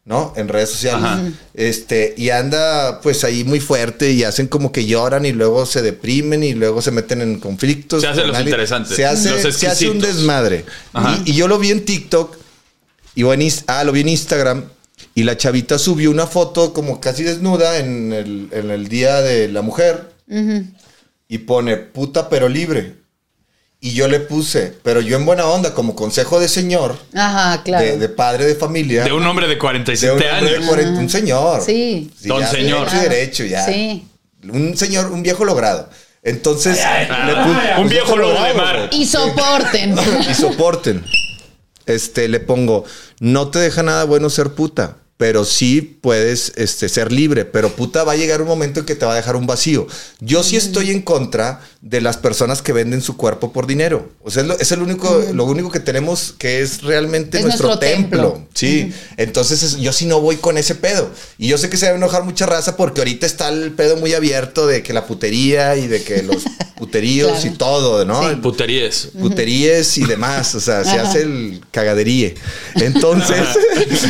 S1: ¿no? En redes sociales.
S5: Ajá.
S1: Este, y anda pues ahí muy fuerte y hacen como que lloran y luego se deprimen y luego se meten en conflictos.
S5: Se hacen
S1: con
S5: los
S1: alguien.
S5: interesantes,
S1: Se hace,
S5: los
S1: se hace un
S5: exquisitos.
S1: desmadre.
S5: Ajá.
S1: Y, y yo lo vi en TikTok y bueno, ah, lo vi en Instagram. Y la chavita subió una foto como casi desnuda en el, en el Día de la Mujer. Y pone, puta pero libre. Y yo le puse, pero yo en buena onda, como consejo de señor,
S4: Ajá, claro.
S1: de, de padre de familia.
S5: De un hombre de
S1: de un
S5: 47
S1: hombre de
S5: años.
S1: 40, un señor.
S4: Sí.
S5: Don
S1: ya,
S5: señor.
S1: Derecho, y derecho, ya.
S4: Sí.
S1: Un señor, un viejo logrado. Entonces, le
S5: ay,
S1: puse-
S5: ay.
S1: pues,
S5: Un viejo
S1: logrado,
S5: logro de
S1: güey.
S5: mar.
S1: *laughs*
S4: Y soporten.
S1: y soporten. Este, le pongo, no te deja nada bueno ser puta. pero sí puedes este, ser libre. Pero puta, va a llegar un momento en que te va a dejar un vacío. Yo sí estoy en contra de las personas que venden su cuerpo por dinero. O sea, es lo, es el único, lo único que tenemos que es realmente
S4: Es
S1: nuestro,
S4: nuestro templo.
S1: templo. Sí. Entonces es- yo sí no voy con ese pedo. Y yo sé que se va a enojar mucha raza porque ahorita está el pedo muy abierto de que la putería y de que
S4: *laughs*
S1: los puteríos
S4: Claro.
S1: y todo, ¿no?
S4: Sí.
S5: Puterías.
S1: puterías y demás, o sea, se
S4: Ajá.
S1: hace el cagaderíe. Entonces, *laughs*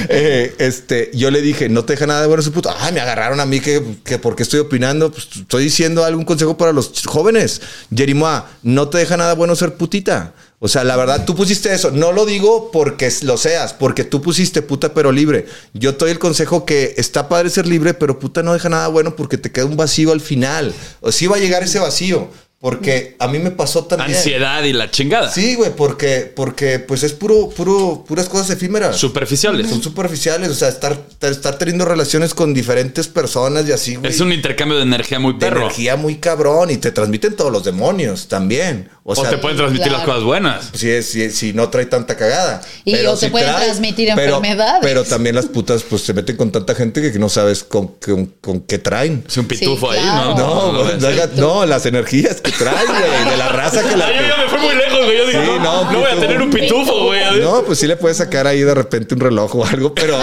S1: eh, este, yo le dije, no te deja nada de bueno su puto. Ah, me agarraron a mí que, que porque estoy opinando, pues estoy diciendo algún consejo para los ch- jóvenes. Jerimoa, no te deja nada bueno ser putita. O sea, la verdad, tú pusiste eso. No lo digo porque s- lo seas, porque tú pusiste puta pero libre. Yo te doy el consejo que está padre ser libre, pero puta no deja nada bueno porque te queda un vacío al final. O sí va a llegar ese vacío. Porque a mí me pasó también.
S5: Ansiedad y la chingada.
S1: Sí, güey, porque, porque pues es puro, puro, puras cosas efímeras.
S5: Superficiales.
S1: Son superficiales, o sea, estar, estar teniendo relaciones con diferentes personas y así, güey.
S5: Es un intercambio de energía muy
S1: de
S5: perro.
S1: energía muy cabrón y te transmiten todos los demonios también. O,
S5: O,
S1: sea,
S5: te pueden transmitir
S4: claro.
S5: las cosas buenas.
S1: si, es- si, si no trae tanta cagada.
S4: Y o te
S1: si
S4: pueden transmitir
S1: pero-
S4: enfermedades.
S1: Pero también las putas pues se meten con tanta gente que no sabes con, con, con qué traen.
S5: Es un pitufo
S4: claro.
S5: ahí,
S1: No,
S5: ¿no?
S1: güey,
S5: no,
S1: no, las energías que traen, güey, de la raza que la...
S5: Ay, yo *laughs* ya me fui muy lejos, güey. Yo dije,
S1: Sí,
S5: no,
S1: no,
S5: no voy a
S1: pitufo.
S5: tener un pitufo, güey.
S1: No, pues sí le puedes sacar ahí de repente un reloj o algo,
S5: *laughs*
S1: pero.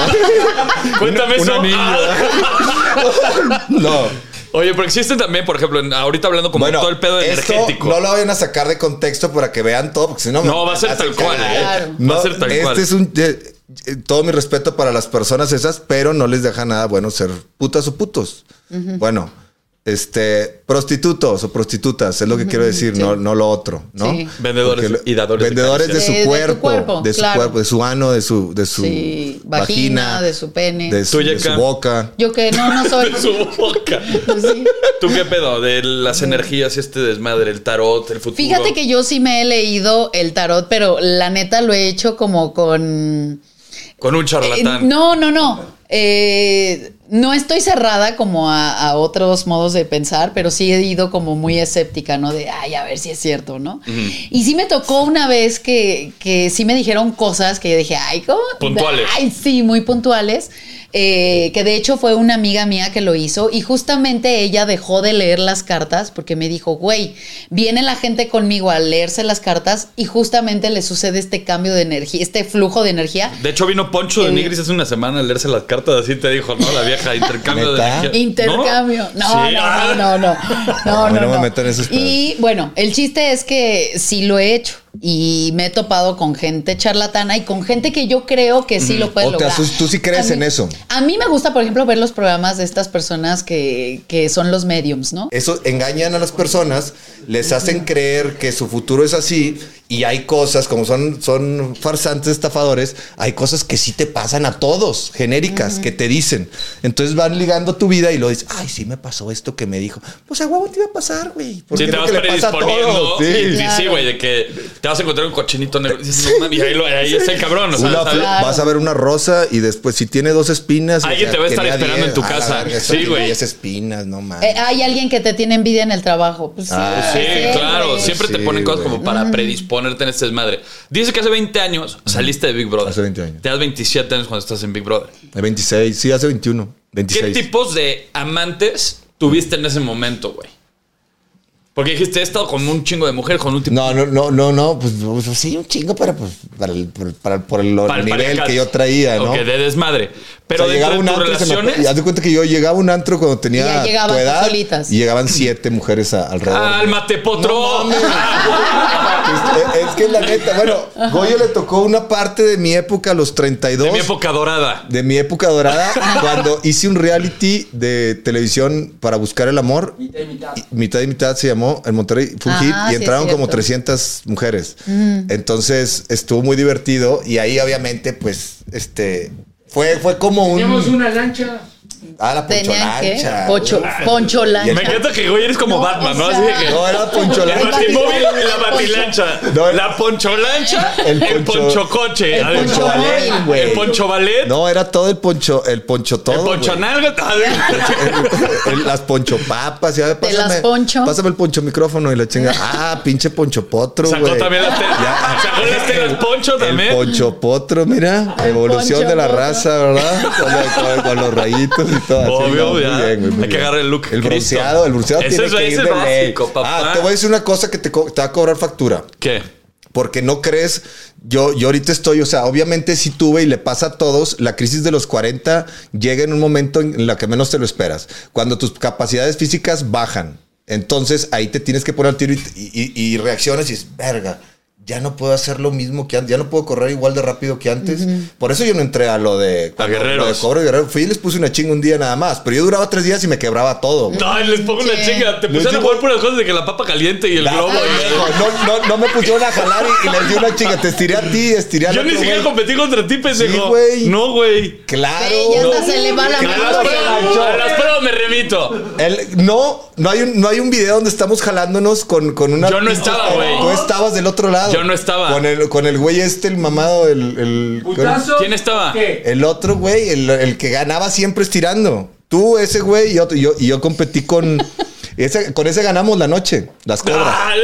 S5: Cuéntame
S1: un- un
S5: eso. Ah,
S1: anillo. *laughs* no.
S5: Oye, pero existen también, por ejemplo, en- ahorita hablando como
S1: Bueno,
S5: todo el pedo
S1: esto
S5: energético.
S1: No lo vayan a sacar de contexto para que vean todo, porque si no.
S5: No,
S1: me-
S5: va a ser
S1: hacen
S5: tal cual,
S1: cagar.
S5: ¿eh?
S4: Claro.
S5: Va a ser tal
S1: este
S5: cual.
S1: es un. eh, eh, todo mi respeto para las personas esas, pero no les deja nada bueno ser putas o putos. Bueno, este. Prostitutos o prostitutas, es lo que quiero decir, no, no lo otro, ¿no?
S4: Sí.
S5: Vendedores
S1: Porque lo-
S5: y dadores de
S1: Vendedores de,
S4: caricias. Eh,
S1: su
S4: De- de tu
S1: cuerpo. De su
S4: cuerpo,
S1: cuerpo, de su,
S4: claro.
S1: ano, de su, de su
S4: Sí, vagina, de su pene.
S1: de su,
S5: Tuya,
S1: de su
S5: Cam.
S1: boca.
S4: Yo que no, no soy. Pues
S5: De *laughs* *laughs* su boca.
S4: Sí.
S5: ¿Tú qué pedo? De las energías y este desmadre, el tarot, el futuro.
S4: Fíjate que yo sí me he leído el tarot, pero la neta lo he hecho como con.
S5: Con un charlatán.
S4: Eh, no, no, no. Eh, no estoy cerrada como a, a otros modos de pensar, pero sí he ido como muy escéptica, ¿no? De, ay, a ver si es cierto, ¿no? Y sí me tocó una vez que, que sí me dijeron cosas que yo dije, ay, ¿cómo?
S5: Puntuales.
S4: Ay, sí, muy puntuales. Eh, que de hecho fue una amiga mía que lo hizo y justamente ella dejó de leer las cartas porque me dijo, güey, viene la gente conmigo a leerse las cartas y justamente le sucede este cambio de energía, este flujo de energía
S5: De hecho, vino Poncho de
S4: Eh.
S5: Nigris hace una semana a leerse las cartas, así te dijo, ¿no? La vieja, intercambio de
S1: ¿Neta?
S5: energía. ¿No?
S4: *laughs* Intercambio. No,
S5: Sí.
S4: no, no, no, no. No,
S1: Ah. A mí
S4: no,
S1: no me
S4: no.
S1: meto en esos pedos.
S4: Y bueno, el chiste es que sí lo he hecho y me he topado con gente charlatana y con gente que yo creo que sí lo puede
S1: O te
S4: lograr.
S1: asus- tú sí crees
S4: A
S1: en eso.
S4: A mí me gusta, por ejemplo, ver los programas de estas personas que, que son los mediums, ¿no?
S1: Eso engañan a las personas, les hacen creer que su futuro es así y hay cosas, como son, son farsantes, estafadores, hay cosas que sí te pasan a todos, genéricas, que te dicen. Entonces van ligando tu vida y lo dices, ay, sí me pasó esto que me dijo. Pues a huevo te iba a pasar, güey. Porque
S5: Sí,
S1: es
S5: te
S1: lo
S5: vas
S1: que le pasa a
S5: predisponiendo.
S1: todos. Sí.
S5: Sí, sí,
S4: Claro.
S5: sí, güey, de que te vas a encontrar un cochinito negro. Y dices, no, mami, ahí, lo- ahí está el cabrón, o sea,
S1: Una
S5: ¿sabes?
S1: fl-
S4: Claro.
S1: Vas a ver una rosa y después si tiene dos espinas... o
S5: Alguien
S1: sea,
S5: te va a estar
S1: tenía
S5: esperando en tu
S1: la
S5: casa.
S1: verga, esa
S5: Sí,
S1: tiene
S5: güey.
S1: 10 espinas, no mames.
S4: Eh, hay alguien que te tiene envidia en el trabajo. Pues sí,
S1: Ah,
S5: Sí,
S4: siempre.
S5: claro, siempre te
S1: Sí,
S5: ponen cosas
S1: güey.
S5: como para predisponerte en este desmadre. Dice que hace 20 años saliste de Big Brother.
S1: Hace 20 años.
S5: Te das 27 años cuando estás en Big Brother.
S1: De 26, sí, hace 21.
S5: ¿Qué
S1: 26.
S5: tipos de amantes tuviste en ese momento, güey? Porque dijiste, he estado con un chingo de mujeres, con un tipo.
S1: No, no, no, no, no, pues, pues, sí, un chingo para, pues, para, el- para, para- por el
S5: Pal-
S1: nivel
S5: parejas.
S1: que yo traía, ¿no?
S5: Ok, de desmadre. Pero
S1: O sea,
S5: dentro
S1: llegaba
S5: de
S1: un
S5: tus
S1: antro y se me-
S5: relaciones.
S1: y haz de cuenta que yo llegaba a un antro cuando
S4: Y ya
S1: tenía
S4: llegaban
S1: tu
S4: tú
S1: edad
S4: solitas.
S1: y llegaban siete mujeres a- alrededor.
S5: ¡Cálmate, potro!
S1: No Pues, eh, es que la neta, bueno, Goyo le tocó una parte de mi época a los 32.
S5: de mi época dorada.
S1: de mi época
S4: *laughs*
S1: dorada, cuando hice un reality de televisión para buscar el amor. Mitad y mitad. mitad se llamó en Monterrey. Fue un
S4: Ah,
S1: hit
S4: sí,
S1: y
S4: es
S1: entraron como
S4: cierto. Mm.
S1: 300 mujeres. Entonces estuvo muy divertido y ahí obviamente pues este fue, fue como un...
S2: Teníamos una lancha.
S4: pues
S1: Ah, la
S4: tenían que
S1: poncholancha. Ah,
S4: pocho, poncho lancha.
S5: Me encanta que güey eres como
S4: *laughs* No,
S5: Batman,
S4: o
S5: ¿no?
S4: sea-
S5: Así de que.
S1: No, era
S5: El
S1: poncholancha.
S5: batimóvil, la
S4: poncho-
S5: batilancha,
S1: No, el-
S5: la poncholancha,
S1: el
S5: el,
S1: poncho-
S5: ponchocoche,
S4: el
S5: adentro.
S4: poncho ballet,
S1: güey.
S5: el poncho ballet,
S1: No, era todo el poncho, el poncho todo.
S5: el poncho
S1: güey.
S5: nalga,
S1: *laughs*
S5: adentro.
S1: El- el- las ponchopapas. ya,
S4: Te las
S1: pásame-
S4: poncho.
S1: Pásame el poncho micrófono y la chinga. Ah, pinche poncho potro,
S5: sacó
S1: güey.
S5: también las telas,
S1: Ya.
S5: sacó las telas poncho
S1: El
S5: también.
S1: poncho potro, mira.
S4: El
S1: Evolución
S4: poncho
S1: de la
S4: potro.
S1: raza, ¿verdad? Con, lo- con- con los rayitos y todo. así,
S5: Obvio,
S1: ¿no? Muy
S5: ya.
S1: bien, güey, muy
S5: Hay que
S1: bien.
S5: agarrar el look
S1: El
S5: Cristo.
S1: bronceado, el bronceado
S5: Ese
S1: tiene
S5: es-
S1: que
S5: ese
S1: ir
S5: es
S1: de ley.
S5: básico, papá.
S1: Ah, te voy a decir una cosa que te, co- te va a cobrar factura.
S5: ¿Qué?
S1: Porque no crees, yo, yo ahorita estoy, o sea, obviamente sí tuve y le pasa a todos, la crisis de los 40 llega en un momento en la que menos te lo esperas, cuando tus capacidades físicas bajan. Entonces ahí te tienes que poner al tiro y, y- y reaccionas y es, verga, ya no puedo hacer lo mismo que antes, ya no puedo correr igual de rápido que antes. Por eso yo no entré a lo de,
S5: A
S1: lo de
S5: guerreros.
S1: cobro y guerrero. Fui y les puse una chinga un día nada más, pero yo duraba tres días y me quebraba todo. güey.
S5: Ay, les pongo una
S4: Sí.
S5: chinga. Te
S1: Les
S5: pusieron
S1: digo-
S5: a
S1: Ah,
S5: jugar puras cosas de que la papa caliente y el globo. y-
S1: No, no, no me pusieron a jalar y, y les di una chinga. Te estiré a ti, estiré a
S5: Yo ni siquiera competí contra ti, pendejo.
S1: güey.
S5: No, güey.
S1: Claro.
S4: Sí, ya hasta se le va la
S5: Que A las
S4: mano.
S5: pruebas- a las pruebas me remito.
S1: El- no, no hay, un, no hay un video donde estamos jalándonos con, con una.
S5: Yo no
S1: pinche-
S5: estaba, güey.
S1: Tú estabas del otro lado.
S5: Yo no estaba.
S1: Con el, con el güey este, el mamado, el. el
S2: Putazo.
S5: ¿Quién estaba?
S2: ¿Qué?
S1: el otro güey, el, el que ganaba siempre estirando. Tú, ese güey, y, otro- y yo, y yo competí
S5: *laughs*
S1: con. ese- con ese ganamos la noche, las cobras.
S5: Ah,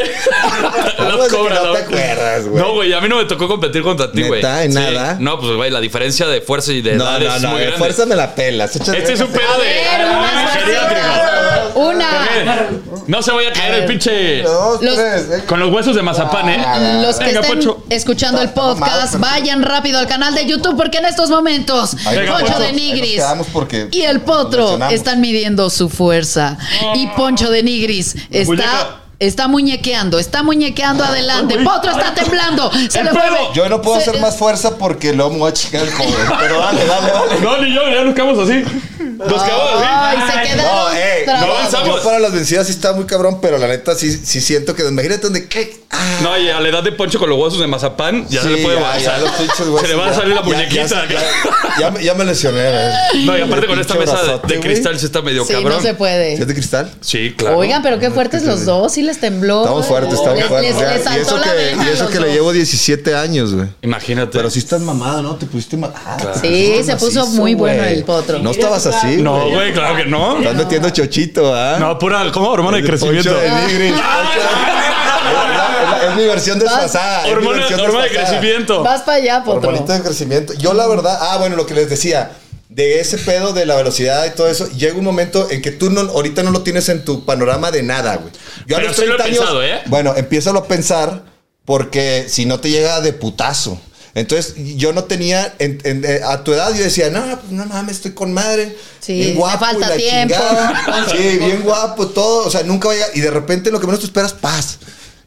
S1: ¿Cómo
S5: Los
S1: es que
S5: cobras,
S1: no
S5: los-
S1: te acuerdas, güey?
S5: No, güey, a mí no me tocó competir contra ti, güey.
S1: ¿Neta? ¿En
S5: Sí.
S1: nada?
S5: No, pues, güey, la diferencia de fuerza y de
S1: no,
S5: edad
S1: no,
S5: es
S1: no,
S5: muy
S1: de
S5: grande.
S1: fuerza me la pelas. échate-
S5: Este es un pedo
S4: A
S5: de...
S4: ver,
S1: Ah,
S4: unas
S5: Geriátrico.
S4: vacilas. Una.
S5: No se vaya a caer el pinche...
S1: Dos,
S4: Los-
S1: tres, venga.
S5: Con los huesos de mazapán,
S1: Ah.
S5: ¿eh?
S4: Los que
S5: Venga,
S4: estén
S5: Poncho.
S4: escuchando el podcast, vayan rápido al canal de YouTube porque en estos momentos
S1: Ahí nos
S4: Poncho
S1: quedamos,
S4: de
S1: ahí nos
S4: Nigris
S1: quedamos porque
S4: y el
S1: nos
S4: Potro
S1: lesionamos.
S4: están midiendo su fuerza y Poncho de Nigris está
S5: Oh. Muñeca.
S4: está muñequeando, está muñequeando adelante. Potro está temblando.
S5: *laughs*
S4: Se
S5: ¡El
S4: le mueve.
S5: pedo!
S1: Yo no puedo
S4: Se-
S1: hacer más fuerza porque lo vamos a chingar el joven. Pero dale, dale, dale.
S5: No, ni yo, ya nos quedamos así. Nos quedamos
S4: Ay,
S5: así.
S4: se quedaron
S1: No, eh, no
S4: trabados.
S5: avanzamos.
S1: Yo para las vencidas sí está muy cabrón, pero la neta sí, sí siento que. Imagínate donde. ¿qué? Ah,
S5: No, y a la edad de Poncho con los huesos de mazapán, ya
S1: sí,
S5: se le puede
S1: ya, ya
S5: bajar.
S1: los pinches huesos,
S5: Se le va a
S1: ya,
S5: salir la
S1: ya,
S5: muñequita.
S1: Ya, ya- ya me- ya me lesioné. eh.
S5: No, y aparte con esta
S1: Pinche
S5: mesa de-
S1: brazote,
S5: de
S1: güey.
S5: cristal se está medio
S4: Sí,
S5: cabrón.
S4: no se
S1: ¿Sí ¿Es
S4: puede.
S1: de cristal?
S5: Sí, claro.
S4: Oigan, pero qué fuertes los dos, sí les tembló.
S1: Estamos fuertes, estamos
S4: Oh, Les-
S1: fuertes.
S4: les-
S1: ya.
S4: les
S1: y eso
S4: saltó la
S1: que,
S4: abeja
S1: y
S4: a
S1: eso
S4: los
S1: que le
S4: dos.
S1: llevo 17 años, güey.
S5: Imagínate.
S1: Pero sí estás mamada, ¿no? Te pusiste mal. Ah, te
S4: Sí,
S1: pusiste
S4: se puso
S1: macizo,
S4: muy bueno
S1: güey.
S4: el potro.
S1: No estabas así.
S5: No, güey, claro que no.
S1: Estás metiendo chochito, ¿ah?
S5: No, pura, ¿cómo? Hormona de
S1: Poncho
S5: crecimiento.
S1: de Nigris.
S4: *laughs* Ah,
S1: Es la- Es mi versión desfasada. es mi
S5: Hormona,
S1: versión
S5: hormona de
S1: desfasada.
S5: crecimiento.
S4: Vas para allá, potro.
S1: Hormonita de crecimiento. Yo la verdad, ah, bueno, lo que les decía, de ese pedo de la velocidad y todo eso, llega un momento en que tú no, ahorita no lo tienes en tu panorama de nada, güey. Yo
S5: Pero sí lo he pensado, ¿eh?
S1: Bueno, empiézalo a pensar porque si no te llega de putazo. Entonces, yo no tenía, en- en- eh, a tu edad yo decía, no, pues, no mames, estoy con madre.
S4: Sí,
S1: bien
S4: me
S1: guapo,
S4: falta
S1: y la
S4: tiempo.
S1: chingada. Sí, bien guapo, todo. O sea, nunca va a llegar. Y de repente lo que menos tú esperas, paz.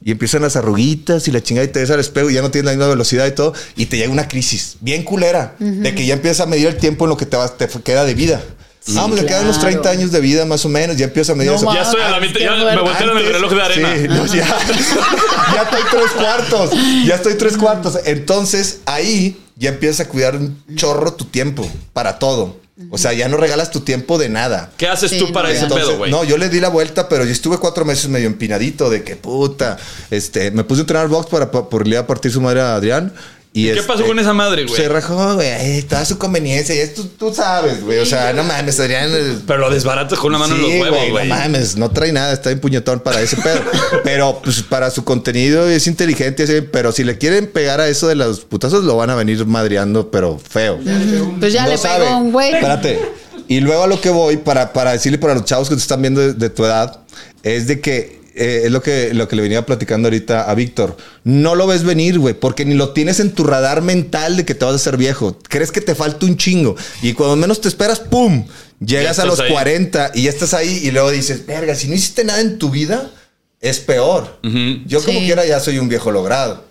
S1: Y empiezan las arruguitas y la chingada y te ves al espejo y ya no tienes la misma velocidad y todo. Y te llega una crisis bien culera de que ya empiezas a medir el tiempo en lo que te, vas- te queda de vida. ah, me le quedan unos
S4: claro.
S1: 30 años de vida más o menos. Ya empiezas a medir
S4: No
S1: eso.
S4: mames.
S5: Ya estoy a la mitad, ya me voltearon el
S1: Antes,
S5: reloj de arena.
S1: sí, no, ya, *laughs* ya estoy tres cuartos. Ya estoy tres cuartos. Entonces ahí ya empiezas a cuidar un chorro tu tiempo para todo. O sea, ya no regalas tu tiempo de nada.
S5: ¿Qué haces
S4: Sí,
S5: tú para
S4: no,
S5: ese
S1: Entonces,
S5: pedo, güey?
S1: no, yo le di la vuelta, pero yo estuve cuatro meses medio empinadito de que puta. Este, me puse a entrenar box para pa- por le a partir su madre a Adrián. Y
S5: ¿Qué
S1: este,
S5: pasó con esa madre, güey?
S1: Se rajó, güey. ahí Estaba a su conveniencia. Y es- tú, tú sabes, güey. O sea, no mames, Adrián. el-
S5: Pero lo desbaratas con una mano en
S1: Sí,
S5: los huevos,
S1: No
S5: güey.
S1: mames, no trae nada, está en puñetón para ese pedo. *laughs* pero pues, para su contenido es inteligente, así, pero si le quieren pegar a eso de los putazos, lo van a venir madreando, pero feo.
S4: Pues ya
S1: No
S4: le
S1: sabe.
S4: pegó un güey.
S1: Espérate. Y luego a lo que voy, para, para decirle para los chavos que te están viendo de, de tu edad, es de que eh, es lo que, lo que le venía platicando ahorita a Víctor. No lo ves venir, güey, porque ni lo tienes en tu radar mental de que te vas a hacer viejo. Crees que te falta un chingo. Y cuando menos te esperas, ¡pum! Llegas
S5: Ya
S1: a los
S5: estás ahí.
S1: 40 y ya estás ahí y luego dices, verga, si no hiciste nada en tu vida, es peor. Yo como
S4: Sí.
S1: quiera ya soy un viejo logrado.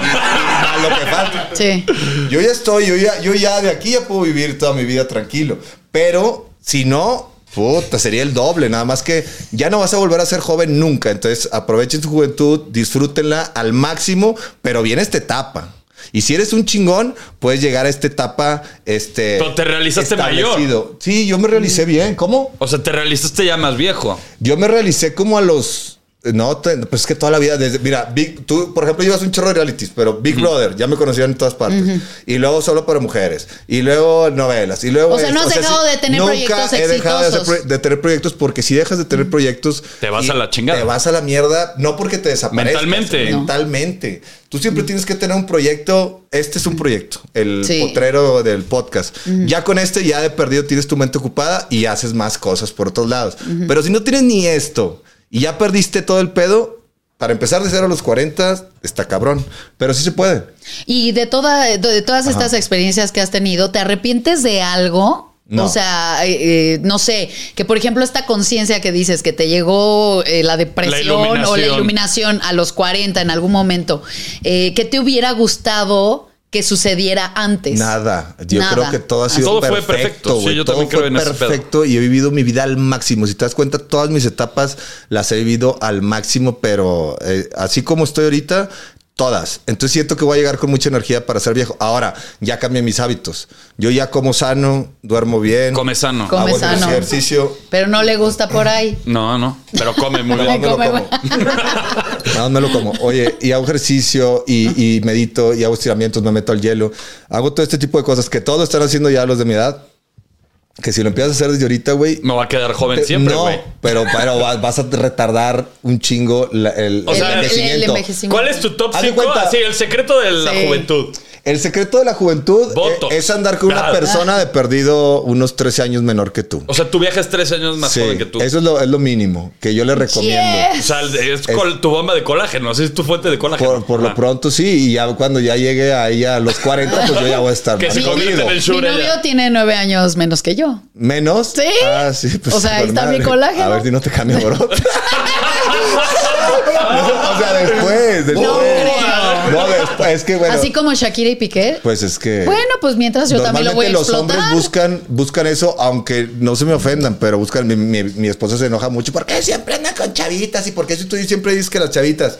S1: Más lo que falta.
S4: Sí.
S1: Yo ya estoy, yo ya, yo ya de aquí ya puedo vivir toda mi vida tranquilo. Pero si no, puta, sería el doble. Nada más que ya no vas a volver a ser joven nunca. Entonces aprovechen tu juventud, disfrútenla al máximo, pero viene esta etapa. Y si eres un chingón, puedes llegar a esta etapa, este...
S5: Pero te realizaste mayor.
S1: establecido. Sí, yo me realicé bien. ¿Cómo?
S5: O sea, te realizaste ya más viejo.
S1: Yo me realicé como a los. No, te- pues es que toda la vida, desde, mira, Big- tú, por ejemplo, llevas un chorro de realities, pero Big Brother, ya me conocían en todas partes. Y luego solo para mujeres. Y luego novelas. Y luego.
S4: O sea, no has dejado de tener
S1: nunca
S4: proyectos
S1: he dejado de, hacer
S4: exitosos.
S1: proye- de tener proyectos porque si dejas de tener proyectos.
S5: Te vas
S1: y
S5: a la chingada.
S1: Te vas a la mierda, no porque te desaparezcas.
S5: Mentalmente.
S4: No.
S1: Mentalmente. Tú siempre tienes que tener un proyecto. Este es un proyecto, el
S4: Sí.
S1: potrero del podcast. Ya con este, ya de perdido, tienes tu mente ocupada y haces más cosas por otros lados. Pero si no tienes ni esto y ya perdiste todo el pedo, para empezar de cero a los 40, está cabrón. Pero sí se puede.
S4: Y de, toda, de- de todas estas experiencias que has tenido, ¿te arrepientes de algo?
S1: No.
S4: O sea, eh, eh, no sé, que por ejemplo esta conciencia que dices que te llegó eh, la depresión o la
S5: iluminación.
S4: iluminación a los 40 en algún momento, eh, ¿qué te hubiera gustado que sucediera antes?
S1: Nada. Yo
S4: Nada. Ah,
S1: creo que todo ha sido
S5: Todo fue
S1: perfecto.
S5: perfecto. Sí,
S1: güey.
S5: yo
S1: Todo
S5: también creo
S1: fue
S5: en ese pedo.
S1: perfecto y he vivido mi vida al máximo. Si te das cuenta, todas mis etapas las he vivido al máximo, pero eh, así como estoy ahorita, todas. Entonces siento que voy a llegar con mucha energía para ser viejo. Ahora, ya cambié mis hábitos. Yo ya como sano, duermo bien,
S5: Come sano.
S4: Come
S1: hago
S4: sano.
S1: ejercicio.
S4: Pero no le gusta por ahí.
S5: No, no. Pero come
S1: *laughs*
S5: muy
S1: No,
S5: bien.
S1: me lo
S4: Come-
S1: *clears throat*
S4: *laughs*
S1: como. Nada más me lo como. Oye, y hago ejercicio y, y medito y hago estiramientos, me meto al hielo. Hago todo este tipo de cosas que todos lo están haciendo ya los de mi edad. Que si lo empiezas a hacer desde ahorita, güey.
S5: Me va a quedar joven
S1: te-
S5: siempre,
S1: no,
S5: güey.
S1: pero, pero vas, vas a retardar un chingo la- el,
S5: O
S1: el
S5: sea, el- el
S1: envejecimiento. El,
S4: envejecimiento.
S5: ¿Cuál es tu top
S1: Haz de
S5: 5?
S1: cuenta.
S5: Así, el secreto de la
S4: Sí.
S5: juventud.
S1: secreto de la juventud eh,
S5: Botox.
S1: es, es andar con una
S5: Claro.
S1: persona de perdido unos 13 años menor que tú.
S5: O sea, tu viaje es tres años más
S1: Sí,
S5: joven que tú.
S1: Eso es lo, es lo mínimo que yo le recomiendo.
S4: Yeah.
S5: O sea, es, col- tu bomba de colágeno. Así es tu fuente de colágeno.
S1: Por, por
S5: Ah.
S1: lo pronto sí, y ya cuando ya llegue ahí a los 40, pues yo ya voy a estar
S5: Que se
S1: más
S5: convierte en
S1: jodido.
S5: el
S4: Mi
S5: Shura
S4: novio
S5: ya.
S4: tiene nueve años menos que yo.
S1: Menos.
S4: Sí.
S1: Ah, sí, pues,
S4: O sea, ahí está
S1: madre.
S4: mi colágeno.
S1: A ver si no te cambia por
S4: *laughs*
S1: otro. o sea, después, después.
S4: No creo.
S1: No, después. Es que bueno.
S4: Así como Shakira y Piqué.
S1: Pues es que.
S4: bueno, pues mientras yo también lo voy a
S1: Normalmente los hombres
S4: explotar.
S1: buscan, buscan eso, aunque no se me ofendan, pero buscan. Mi, mi- mi esposa se enoja mucho. ¿Por qué siempre anda con chavitas? ¿Y por qué si tú siempre dices que las chavitas?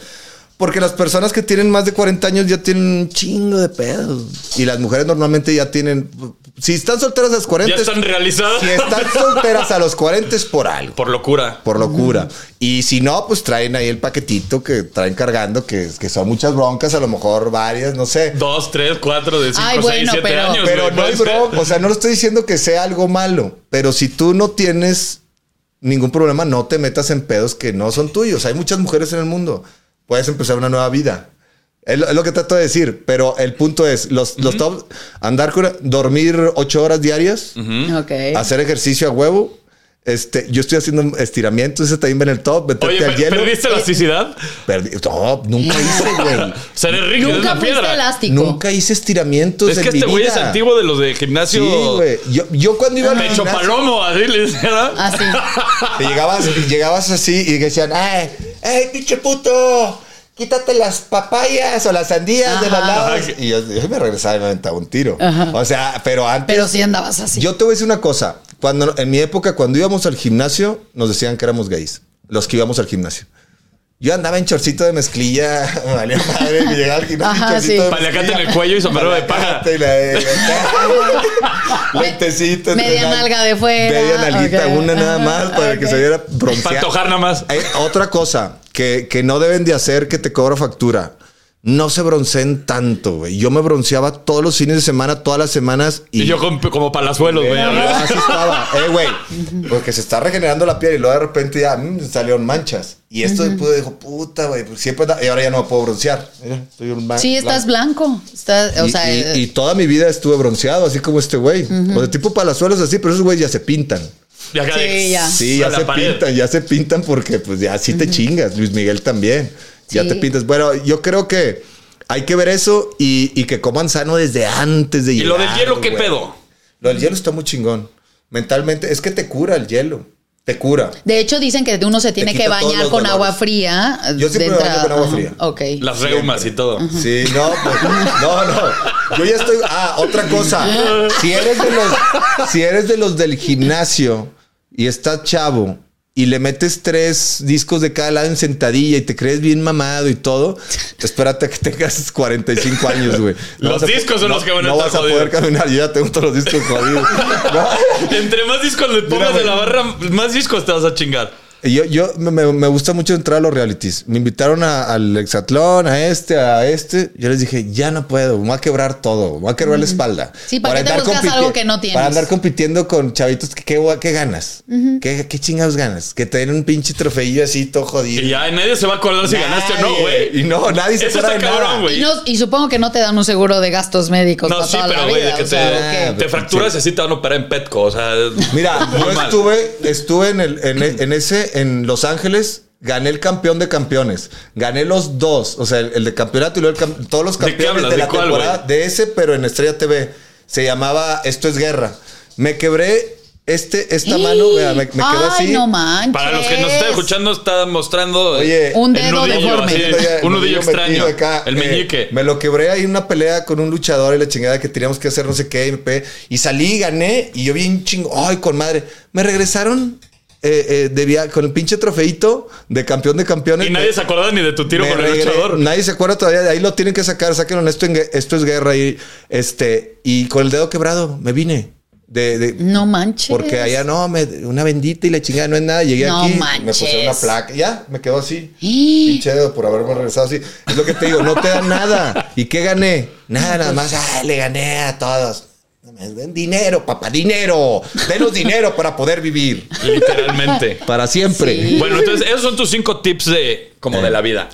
S1: Porque las personas que tienen más de 40 años ya tienen un chingo de pedos. Y las mujeres normalmente ya tienen. Si están solteras a los 40.
S5: Ya están realizadas.
S1: Si están solteras a los 40 es por algo.
S5: *laughs* Por locura.
S1: Por locura. Y si no, pues traen ahí el paquetito que traen cargando, que, que son muchas broncas, a lo mejor varias, no sé.
S5: Dos, tres, cuatro, de cinco,
S4: Ay,
S5: seis,
S4: bueno,
S5: siete
S4: pero-
S5: años.
S1: Pero
S5: güey.
S1: no
S5: Puede
S1: es
S5: ser.
S1: broma. O sea, no lo estoy diciendo que sea algo malo, pero si tú no tienes ningún problema, no te metas en pedos que no son tuyos. Hay muchas mujeres en el mundo. Puedes empezar una nueva vida. Es lo, es lo que trato de decir, pero el punto es, los, los top, andar con, dormir ocho horas diarias,
S4: Ok.
S1: hacer ejercicio a huevo. Este, yo estoy haciendo estiramientos, ese también en el top, meterte
S5: Oye,
S1: al
S5: ¿per-
S1: hielo.
S5: ¿perdiste elasticidad?
S1: Perdí- no,
S4: *laughs*
S1: nunca hice, güey.
S5: O sea, eres rico, eres
S4: Nunca
S5: una
S4: fuiste
S5: piedra.
S4: elástico.
S1: Nunca hice estiramientos.
S5: Es que
S1: en mi
S5: este güey es
S1: vida.
S5: antiguo de los de
S1: Sí,
S5: gimnasio.
S1: güey. Yo, yo cuando iba al
S5: Pecho
S1: gimnasio,
S5: palomo, así le dicen, ¿verdad?
S4: Así.
S1: te llegabas, y llegabas así y decían, ¡ay, ay, pinche puto! Quítate las papayas o las sandías de los
S4: Ajá.
S1: lados. Y yo, yo me regresaba y me aventaba un tiro.
S4: Ajá.
S1: O sea, pero antes.
S4: Pero sí andabas así.
S1: Yo te voy a decir una cosa. Cuando, en mi época, cuando íbamos al gimnasio, nos decían que éramos gays, los que íbamos al gimnasio. Yo andaba en chorcito de mezclilla, *laughs* me valía madre, que llegaba al gimnasio.
S4: Ajá,
S1: chorcito
S4: sí.
S1: de
S5: Paliacate
S1: mezclilla.
S5: en el cuello y sombrero de
S1: Paliacate y
S5: paja.
S1: la
S4: *laughs*
S1: de- Lentecito.
S4: Media
S1: entrenal-
S4: nalga de fuera.
S1: Media nalguita,
S4: Ok.
S1: una nada más para
S4: Ah,
S1: que
S4: ok.
S1: se viera
S5: Para
S1: bronceada.
S5: antojar nada más.
S1: Hay otra cosa que, que no deben de hacer que te cobra factura. No se bronceen tanto, güey. Yo me bronceaba todos los fines de semana, todas las semanas.
S5: Y,
S1: Y,
S5: yo con- como palazuelos,
S1: Eh,
S5: güey.
S1: yo así
S4: *laughs*
S1: estaba. Eh, güey. Porque se está regenerando la piel y luego de repente ya mm, salieron manchas. Y esto después dijo, puta, güey. pues Siempre da- y ahora ya no me puedo broncear. Mira, estoy un ba-
S4: Sí, estás blanco. Estás, o
S1: y,
S4: sea,
S1: y-
S4: eh,
S1: y toda mi vida estuve bronceado, así como este güey. O de tipo palazuelos así, pero esos güeyes ya se pintan.
S5: Y acá de-
S4: Sí, ya.
S1: Sí,
S5: a
S1: ya
S5: la
S1: se
S5: pared.
S1: pintan, ya se pintan porque pues ya así te chingas. Luis Miguel también. Ya
S4: Sí.
S1: te pintas. Bueno, yo creo que hay que ver eso y, y que coman sano desde antes de
S5: ¿Y
S1: llegar.
S5: lo del hielo qué
S1: güey.
S5: pedo?
S1: Lo del hielo está muy chingón. Mentalmente, es que te cura el hielo. Te cura.
S4: de hecho, dicen que uno se tiene
S1: quita
S4: que
S1: todos
S4: bañar
S1: los
S4: con
S1: dolores.
S4: agua fría. eh,
S1: Yo siempre me baño con agua
S4: Ajá,
S1: fría.
S4: Ok.
S5: Las reumas y todo.
S1: Sí, no, pues, no, no. Yo ya estoy. Ah, otra cosa. Si eres de los, si eres de los del gimnasio y estás chavo y le metes tres discos de cada lado en sentadilla y te crees bien mamado y todo, espérate a que tengas 45 años, güey. No
S5: Los
S1: vas a-
S5: discos son
S1: no-
S5: los que van a
S1: No
S5: estar
S1: vas a poder
S5: jodidos.
S1: caminar, yo ya tengo todos los discos
S5: *laughs*
S1: jodidos. No.
S5: Entre más discos le pongas
S1: Mira,
S5: de la
S1: güey.
S5: barra, más discos te vas a chingar.
S1: Yo, yo me, me- me gusta mucho entrar a los realities. Me invitaron a- al hexatlón, a este, a este. Yo les dije, ya no puedo, me voy a quebrar todo, me voy a quebrar la espalda.
S4: Sí, ¿para qué te
S1: andar
S4: buscas algo
S1: compiti-
S4: que no tienes?
S1: Para andar compitiendo con chavitos, que- ¿qué, gua- qué ganas? ¿Qué, qué chingados ganas? Que te den un pinche trofeillo así, todo jodido.
S5: Y ya nadie se va a acordar si ganaste o no,
S1: Nadie.
S5: güey.
S1: Y no, nadie se
S5: Eso
S1: acuerda
S5: está
S1: de nada.
S5: cabrón,
S4: Y,
S5: güey.
S4: no- y supongo que no te dan un seguro de gastos médicos.
S5: No,
S4: para
S5: sí,
S4: toda
S5: pero
S4: la
S5: güey, de
S4: vida,
S5: que
S4: o sea,
S5: te,
S1: que-
S5: te fracturas y así te van a operar en Petco. O sea,
S1: *laughs* Mira,
S5: muy
S1: yo
S5: mal.
S1: estuve, estuve en, el, en, el- en ese, en Los Ángeles, gané el campeón de campeones. Gané los dos, o sea, el, el de campeonato y luego el cam- todos los
S5: ¿De qué
S1: campeones de,
S5: hablas? ¿De
S1: la
S5: cuál,
S1: temporada de ese, pero en Estrella TV. Se llamaba Esto es Guerra. Me quebré este, esta
S4: ¡Ih!
S1: mano, vea, me, me quedó
S4: Ay,
S1: así.
S4: no manches.
S5: Para los que nos están escuchando, está mostrando
S1: Oye,
S4: Un
S5: el
S4: dedo
S5: nudillo,
S4: deforme.
S5: así,
S1: Estoy ya-
S5: un nudillo
S1: nudillo
S5: extraño.
S1: metido acá,
S5: el
S1: eh,
S5: meñique.
S1: me lo quebré ahí en una pelea con un luchador y la chingada que teníamos que hacer no sé qué. y me pegué. Y salí, gané y yo bien chingo. Ay, con madre. Me regresaron eh, eh, de via- con el pinche trofeito de campeón de campeones.
S5: y nadie se acuerda ni de tu tiro
S1: Me
S5: con el
S1: regre-
S5: luchador.
S1: Nadie se acuerda todavía. De ahí lo tienen que sacar. Sáquenlo. en Esto, en gue- esto es guerra. Y, este, y con el dedo quebrado me vine. De, de-
S4: No manches. ¡Eh!
S1: Porque allá no, me- una bendita y la chingada no es nada. Llegué
S4: No
S1: aquí, me
S4: manches.
S1: puse una placa. Ya, me quedó así.
S4: ¡Eh!
S1: Pinche dedo por haberme regresado así. Es lo que te digo, no te dan nada. ¿Y qué gané? Nada, nada más. Ay, le gané a todos. Me den dinero, papá, dinero. Denos dinero para poder vivir. *laughs*
S5: Literalmente.
S1: Para siempre.
S4: Sí.
S5: Bueno, entonces esos son tus cinco tips de como
S1: Eh.
S5: de la vida.